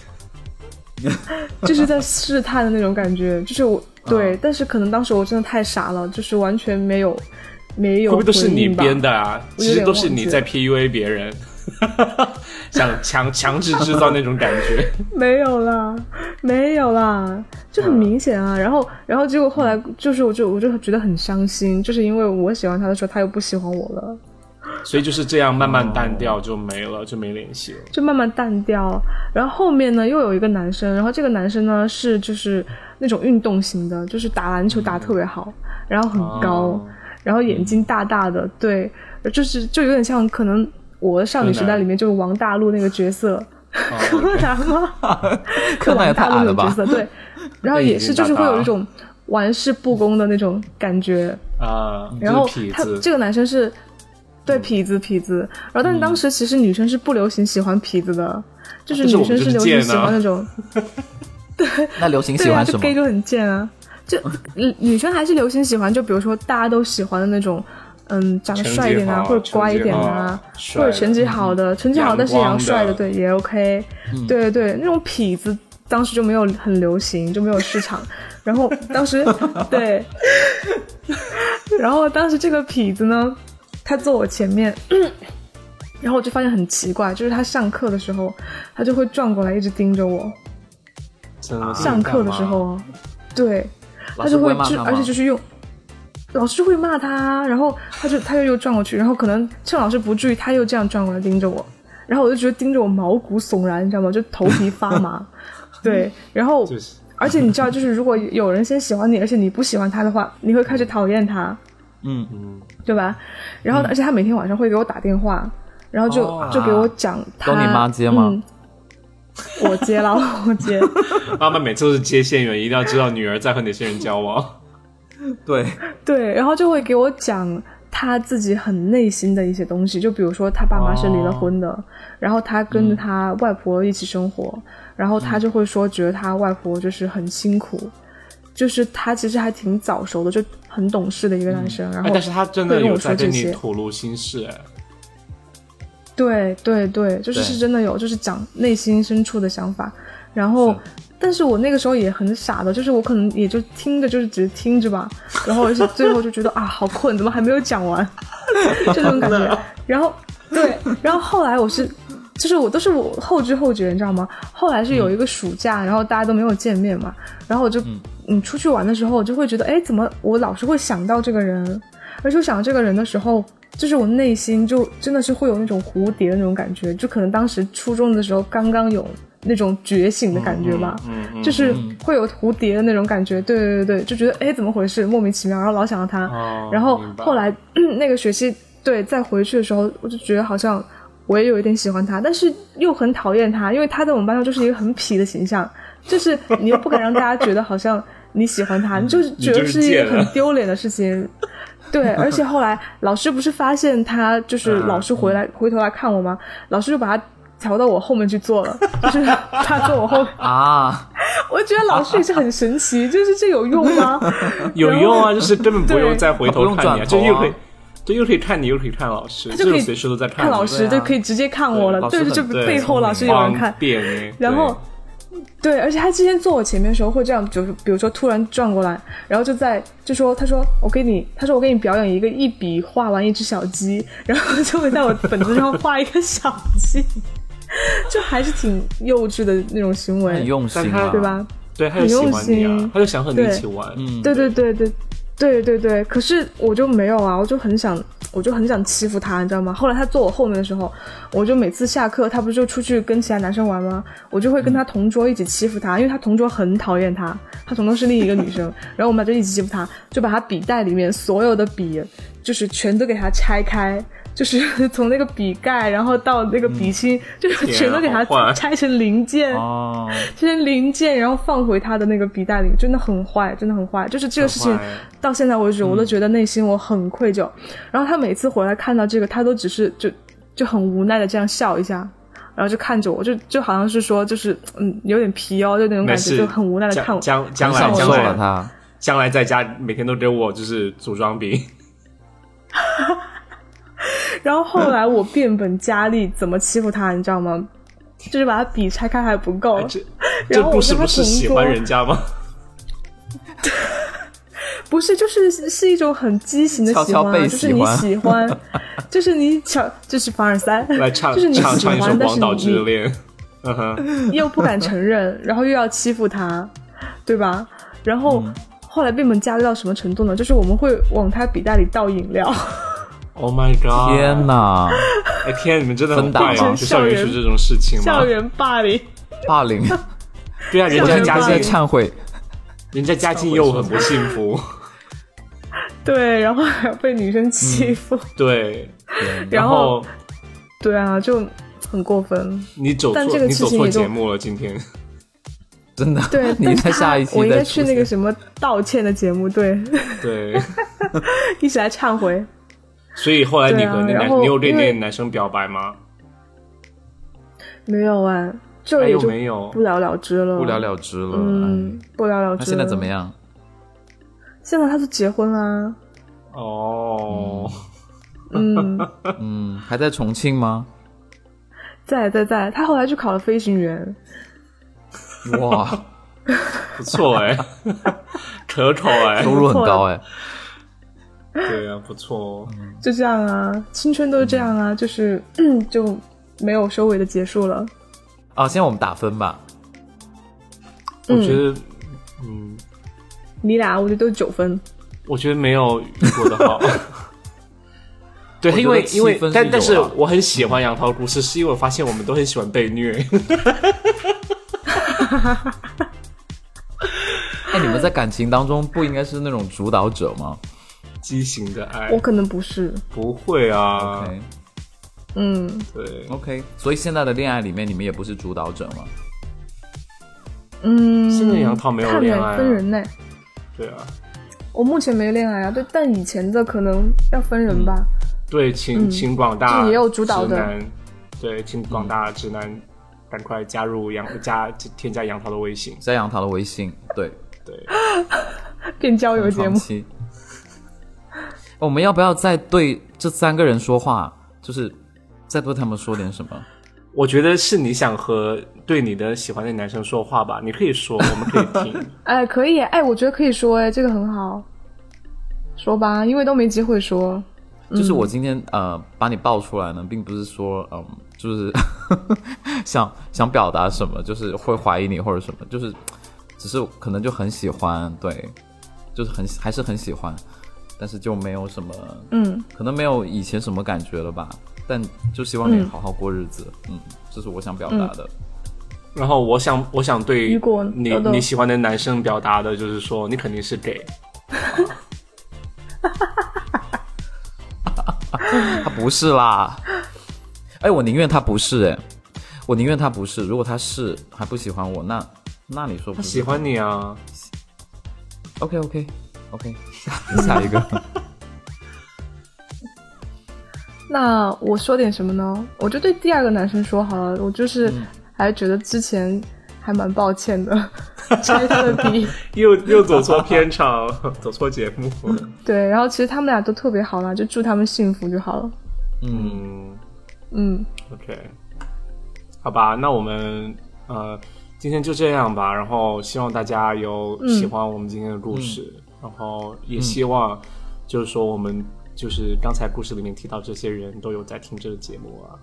Speaker 1: [laughs]
Speaker 3: 就是在试探的那种感觉，就是我
Speaker 1: 啊
Speaker 3: 对，但是可能当时我真的太傻了，就是完全没有没有
Speaker 1: 会不会都是
Speaker 3: 回
Speaker 1: 你
Speaker 3: 应吧
Speaker 1: 编的啊？
Speaker 3: 我
Speaker 1: 其
Speaker 3: 有
Speaker 1: 实
Speaker 3: 点
Speaker 1: 都是
Speaker 3: 忘
Speaker 1: 你
Speaker 3: 记
Speaker 1: 在 PUA 别
Speaker 3: [laughs]
Speaker 1: 人，想强强制制造那种感觉。 [laughs]
Speaker 3: 没有啦，没有啦，就
Speaker 1: 嗯
Speaker 3: 很明显啊。然后，然后结果后来就是，我就我就觉得很伤心，就是因为我喜欢他的时候，他又不喜欢我了，
Speaker 1: 所以就是这样慢慢淡掉就没了，就没联系了。
Speaker 3: 就慢慢淡掉。然后后面呢，又有一个男生，然后这个男生呢是就是那种运动型的，就是打篮
Speaker 1: 嗯
Speaker 3: 球打得特别好，然后很高。
Speaker 1: 哦
Speaker 3: 然后眼睛大大的，对，就是就有点像可能我的少女时代里面就是王大陆那个角色，柯南吗？
Speaker 2: 柯南也太
Speaker 3: 大
Speaker 2: 矮了
Speaker 3: 陆那种角
Speaker 2: 吧？
Speaker 3: 色，对，然后也是就是会有一种玩世不恭的那种感觉。
Speaker 1: 啊，
Speaker 3: [laughs] 然后
Speaker 1: 就是痞
Speaker 3: 他
Speaker 1: 子
Speaker 3: 这个男生是对痞子痞子。然后，但当时其实女生是不流行喜欢痞子的，就是女生是流行喜欢那种。对，
Speaker 2: 那流行喜
Speaker 3: 对啊，
Speaker 2: 欢
Speaker 3: 就
Speaker 2: 什么哦
Speaker 3: gay？就很贱啊，就女女生还是流行喜欢，就比如说大家都喜欢的那种，嗯，长得
Speaker 4: 成绩
Speaker 3: 帅一点啊，
Speaker 4: 好
Speaker 3: 或者乖一点
Speaker 2: 嗯
Speaker 3: 啊，或者成绩好的，成绩好但是也要帅的，
Speaker 4: 嗯阳光
Speaker 3: 对，也 OK、对
Speaker 2: 嗯
Speaker 3: 对对，那种痞子当时就没有很流行，就没有
Speaker 2: [laughs]
Speaker 3: 市场。然后当时对，然后当时这个痞子呢，他坐我前面。然后我就发现很奇怪，就是他上课的时候，他就会转过来一直盯着我。上课的时候啊，对，
Speaker 2: 嗯老
Speaker 3: 他
Speaker 2: 师
Speaker 3: 就
Speaker 2: 不
Speaker 3: 会
Speaker 2: 骂
Speaker 3: 就
Speaker 2: 他
Speaker 3: 而
Speaker 2: 吗
Speaker 3: 且就？是用，老师会骂他，然后他就他就又转过去，然后可能趁老师不注意，他又这样转过来盯着我，然后我就觉得盯着我毛骨悚然，你知道吗？就头皮
Speaker 2: [laughs]
Speaker 3: 发麻。对，然后
Speaker 4: 就是
Speaker 3: 而且你知道，就是如果有人先喜欢你，而且你不喜欢他的话，你会开始讨厌他，
Speaker 2: 嗯，
Speaker 3: 对吧？然后，而且他每天晚上会给我打电话，然后就、
Speaker 2: 哦
Speaker 3: 就给我讲他。
Speaker 2: 都你 [laughs] 妈接吗
Speaker 3: 嗯我接了，我接。
Speaker 4: 妈妈每次都是接线员，一定要知道女儿在和哪些人交往。
Speaker 2: 对，
Speaker 3: 对，然后就会给我讲他自己很内心的一些东西，就比如说他爸妈是离了婚的，
Speaker 4: 哦
Speaker 3: 然后他跟着他外婆一起生活，然后他就会说觉得他外婆就是很辛苦，就是他其实还挺早熟的，就很懂事的一个男生，然后
Speaker 4: 哎，但是他真的
Speaker 3: 会跟
Speaker 4: 有
Speaker 3: 我说
Speaker 4: 在跟
Speaker 3: 这
Speaker 4: 你
Speaker 3: 些
Speaker 4: 吐露心事，哎，
Speaker 3: 对对对，就是
Speaker 2: 对
Speaker 3: 是真的有，就是讲内心深处的想法。然后
Speaker 2: 是，
Speaker 3: 但是我那个时候也很傻的，就是我可能也就听着，就是只是听着吧。然后是最后就觉得啊，好困，怎么还没有讲完？ [laughs] 就这种感觉。然后 [laughs] 对，然后后来我是，就是我都是我后知后觉，你知道吗？后来是有一个暑假，然后大家都没有见面嘛，然后我就嗯出去玩的时候，我就会觉得，哎，怎么我老是会想到这个人？而且我想到这个人的时候，就是我内心就真的是会有那种蝴蝶的那种感觉，就可能当时初中的时候刚刚有那种觉醒的感觉吧，
Speaker 4: 嗯嗯，
Speaker 3: 就是会有蝴蝶的那种感觉，对对对对，就觉得哎怎么回事，莫名其妙，然后老想到他，
Speaker 4: 哦
Speaker 3: 然后
Speaker 4: 明白
Speaker 3: 后来 [clears throat] 那个学期对再回去的时候，我就觉得好像我也有一点喜欢他，但是又很讨厌他，因为他在我们班上就是一个很痞的形象，就是你又不敢让大家觉得好像你喜欢他，你就是觉得是一个很丢脸的事情。对，而且后来老师不是发现他，就是老师回来、回头来看我吗？老师就把他调到我后面去坐了，就是他坐我后面， [laughs]
Speaker 2: 啊，
Speaker 3: 我觉得老师也是很神奇，就是这有用吗？
Speaker 4: 有用啊，就是根本不
Speaker 3: 对
Speaker 4: 用再回头看你、
Speaker 2: 啊
Speaker 4: 就
Speaker 2: 不用转头啊
Speaker 4: 又可以，就又可以看你，又可以看老师，
Speaker 3: 就可以
Speaker 4: 是随时都在看
Speaker 3: 看
Speaker 4: 你
Speaker 3: 老师
Speaker 2: 对
Speaker 3: 就
Speaker 2: 啊
Speaker 3: 可以直接看我了，
Speaker 2: 对
Speaker 3: 对，
Speaker 2: 老师
Speaker 3: 就
Speaker 2: 很
Speaker 4: 对
Speaker 3: 背后老师有人看
Speaker 4: 方，便哎
Speaker 3: [laughs] 然后对，而且他之前坐我前面的时候会这样，就是比如说突然转过来，然后就在就说他说我给你，他说我给你表演一个一笔画完一只小鸡，然后就会在我本子上画一个小鸡，就还是挺幼稚的那种行
Speaker 2: 很
Speaker 3: 为，
Speaker 2: 用心
Speaker 4: 但
Speaker 2: 啊，
Speaker 4: 他
Speaker 3: 哎对？吧？
Speaker 4: 对，对他就喜欢你
Speaker 3: 很用
Speaker 4: 啊
Speaker 3: 心，
Speaker 4: 他就想和你
Speaker 3: 对
Speaker 4: 一起玩，
Speaker 2: 嗯，
Speaker 3: 对对对对对对对，可是我就没有啊，我就很想，我就很想欺负他，你知道吗？后来他坐我后面的时候，我就每次下课，他不是就出去跟其他男生玩吗？我
Speaker 4: 嗯
Speaker 3: 就会跟他同桌一起欺负他，因为他同桌很讨厌他，他同桌是另一个
Speaker 4: [laughs]
Speaker 3: 女生，然后我们俩就一起欺负他，就把他笔袋里面所有的笔，就是全都给他拆开。就是 [laughs] 从那个笔盖，然后到那个笔芯，就是
Speaker 4: 嗯天啊
Speaker 3: 全都给他
Speaker 4: 好坏
Speaker 3: 拆成零件，
Speaker 2: 哦，
Speaker 3: 这些零件，然后放回他的那个笔袋里，真的很坏，真的很坏。就是这个事情
Speaker 4: 很坏
Speaker 3: 到现在为止，我都觉得内心我很愧疚。然后他每次回来看到这个，他都只是就就很无奈的这样笑一下。然后就看着我，就就好像是说，就是嗯，有点皮哦，就那种
Speaker 4: 没
Speaker 3: 感觉，
Speaker 4: 事，
Speaker 3: 就很无奈的
Speaker 4: 将
Speaker 3: 看我。
Speaker 4: 将将
Speaker 2: 很
Speaker 4: 来
Speaker 2: 享
Speaker 4: 将
Speaker 2: 受啊了
Speaker 4: 来
Speaker 2: 他，
Speaker 4: 将来在家每天都给我就是组装饼，
Speaker 3: 然后后来我变本加厉，怎么欺负他，你知道吗？就是把他笔拆开还不够，
Speaker 4: 哎这这
Speaker 3: 哦然后我
Speaker 4: 不
Speaker 3: 跟
Speaker 4: 是
Speaker 3: 他
Speaker 4: 不是
Speaker 3: 同
Speaker 4: 喜
Speaker 3: 桌
Speaker 4: 欢人家吗？
Speaker 3: 不是，就是是一种很畸形的喜欢
Speaker 2: 悄悄
Speaker 3: 啊，
Speaker 2: 被
Speaker 3: 就是
Speaker 2: 喜
Speaker 3: 你
Speaker 2: 欢
Speaker 3: 喜欢，就是你巧，就是凡尔赛，
Speaker 4: 来唱
Speaker 3: [laughs] 就是你
Speaker 4: 唱
Speaker 3: 喜
Speaker 4: 唱一首
Speaker 3: 欢，
Speaker 4: 《
Speaker 3: 但
Speaker 4: 广
Speaker 3: 是
Speaker 4: 岛之
Speaker 3: 你
Speaker 4: 恋》，嗯哼，
Speaker 3: 又不敢承认，然后又要欺负他，对吧？然后、后来变本加厉到什么程度呢？就是我们会往他笔袋里倒饮料，
Speaker 4: ，Oh my God，
Speaker 2: 天哪，
Speaker 4: 哎天，你们真的很
Speaker 2: 分档
Speaker 4: 坏啊！
Speaker 2: 吗
Speaker 4: 就校园
Speaker 3: 校
Speaker 4: 出
Speaker 3: 园
Speaker 4: 这种事情吗？
Speaker 3: 校园霸凌。
Speaker 2: 霸凌，
Speaker 4: 对啊，人
Speaker 2: [laughs] 我
Speaker 4: 家
Speaker 2: 现在
Speaker 4: 家
Speaker 2: 在
Speaker 4: 境，
Speaker 2: 忏悔，
Speaker 4: 人家家境又很不幸福，
Speaker 3: 对，然后还要被女生欺负，
Speaker 1: 嗯
Speaker 4: 对，
Speaker 3: 然
Speaker 4: 然后
Speaker 3: 对啊，就很过分。
Speaker 4: 你走
Speaker 3: 但
Speaker 4: 错
Speaker 3: 这个
Speaker 4: 你
Speaker 3: 事情
Speaker 4: 走错
Speaker 3: 也就
Speaker 4: 节目了，今
Speaker 1: [laughs]
Speaker 4: 天
Speaker 2: 真的，，
Speaker 3: 对
Speaker 2: [laughs] 你
Speaker 3: 但是
Speaker 2: 在
Speaker 3: 他
Speaker 2: 下一期
Speaker 3: 我应该
Speaker 2: 再
Speaker 3: 去
Speaker 2: 出
Speaker 3: 那 [laughs] 个什么道歉的节目，对，
Speaker 4: 对，
Speaker 3: 一起来忏悔。
Speaker 1: 所以后来你和那
Speaker 3: 对啊
Speaker 1: 男，
Speaker 3: 然后
Speaker 1: 你有对
Speaker 3: 因
Speaker 1: 那
Speaker 3: 为
Speaker 1: 个男生表白吗？
Speaker 3: 没有啊，就
Speaker 1: 还
Speaker 3: 也
Speaker 1: 有
Speaker 3: 就
Speaker 1: 没有
Speaker 3: 不？了了之了，
Speaker 2: 不了，了之了。
Speaker 3: 嗯，不了了
Speaker 2: 哎，那
Speaker 3: 之。
Speaker 2: 现在怎么？样？
Speaker 3: 现在他都结
Speaker 1: [laughs]
Speaker 3: 婚啦，
Speaker 1: 哦，
Speaker 3: 嗯，
Speaker 2: 嗯，还在重庆吗？
Speaker 3: 在在在，他后来去考了飞行员，
Speaker 2: [laughs] 哇，
Speaker 1: 不错哎， [laughs] 可口
Speaker 3: [laughs]
Speaker 1: 哎，
Speaker 2: 收入很高
Speaker 3: 啊
Speaker 2: 哎。
Speaker 1: 对啊，不错哦。
Speaker 3: 就这样啊，青春都是这样啊，就是、 [clears throat] 嗯、就没有收尾的结束了。
Speaker 2: 啊，现在我们打分吧。
Speaker 1: 我
Speaker 3: 嗯
Speaker 1: 觉得，嗯，
Speaker 3: 你俩我觉得都是九分，
Speaker 1: 我觉得没有遇过的
Speaker 3: [laughs]
Speaker 1: 好。对
Speaker 2: 我觉，得
Speaker 1: 因为
Speaker 2: 七
Speaker 1: 因为
Speaker 2: 分是
Speaker 1: 但
Speaker 2: 有
Speaker 1: 但是
Speaker 2: 啊
Speaker 1: 我很喜欢杨桃故事，是因为我发现我们都很喜欢被虐。
Speaker 2: 哎，你们在感情当中不应该是那种主导者吗
Speaker 1: 畸形的爱
Speaker 3: 我可能不是，
Speaker 1: 不会啊
Speaker 2: ？OK
Speaker 3: 嗯，
Speaker 1: 对，
Speaker 2: 哎 OK，所以现在的恋爱里面，你们也不是主导者吗？
Speaker 3: 嗯，
Speaker 1: 现在杨桃没有
Speaker 3: 看
Speaker 1: 恋
Speaker 3: 人
Speaker 1: 爱、
Speaker 3: 分
Speaker 1: 啊，
Speaker 3: 人呢。
Speaker 1: 对啊，
Speaker 3: 我目前没恋爱啊，对，但以前的可能要分人吧。
Speaker 1: 对，请请广大
Speaker 3: 这嗯也有主导的
Speaker 1: 直男，对，请
Speaker 2: 嗯
Speaker 1: 广大直男赶快加入杨加添加杨桃的微信，
Speaker 2: 在杨桃的微信，对，
Speaker 1: 对， [gasps] 嗯
Speaker 3: 变交友节
Speaker 2: 长
Speaker 3: 目，
Speaker 2: 期。 [laughs] 我们要不要再对这三个人说话？就是再对他们说点什么？
Speaker 1: 我觉得是你想和对你的喜欢的男生说话吧，你可以说，我们可以听。
Speaker 2: [laughs]
Speaker 3: 哎，可以，哎，我觉得可以说，哎，这个很好，说吧，因为都没机会说，
Speaker 2: 就是我今天呃把你爆出来呢，并不是说嗯、就是 [laughs] 想想表达什么，就是会怀疑你或者什么，就是只是可能就很喜欢，对，就是很还是很喜欢，但是就没有什么，
Speaker 3: 嗯，
Speaker 2: 可能没有以前什么感觉了吧。但就希望你好好过日子，嗯，这是我想表达的。
Speaker 1: 然后我想，我想对
Speaker 3: 雨果
Speaker 1: 你
Speaker 3: 豆豆
Speaker 1: 你喜欢的男生表达的就是说，你肯定是 gay。
Speaker 2: 他不是啦，哎，我宁愿他不是，哎，我宁愿他不是。如果他是还不喜欢我，那那你说不
Speaker 1: 他
Speaker 2: 是
Speaker 1: 喜欢你啊，
Speaker 2: OK OK OK，下一个
Speaker 3: 那我说点什么呢？我就对第二个男生说好了，我就是还是觉得之前还蛮抱歉 [laughs] 的，拆他的笔。
Speaker 1: [laughs] 又又走错片场， [laughs] 走错节目。
Speaker 3: 对，然后其实他们俩都特别好啦，就祝他们幸福就好了。
Speaker 1: 嗯
Speaker 3: 嗯，
Speaker 1: ，OK，好吧，那我们呃今天就这样吧。然后希望大家有喜欢我们今天的故事，然后也希望就是说我们就是刚才故事里面提到这些人都有在听这个节目啊。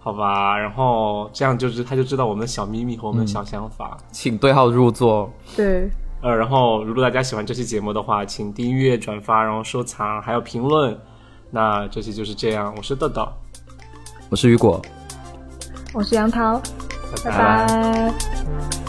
Speaker 1: 好吧，然后这样就是他就知道我们的小秘密和我们的小想法。
Speaker 2: 请对号入座。
Speaker 3: 对，
Speaker 1: 呃，然后如果大家喜欢这期节目的话，请订阅、转发，然后收藏，还有评论。那这期就是这样，我是豆豆，
Speaker 2: 我是雨果，
Speaker 3: 我是杨桃，拜
Speaker 1: 拜
Speaker 3: 拜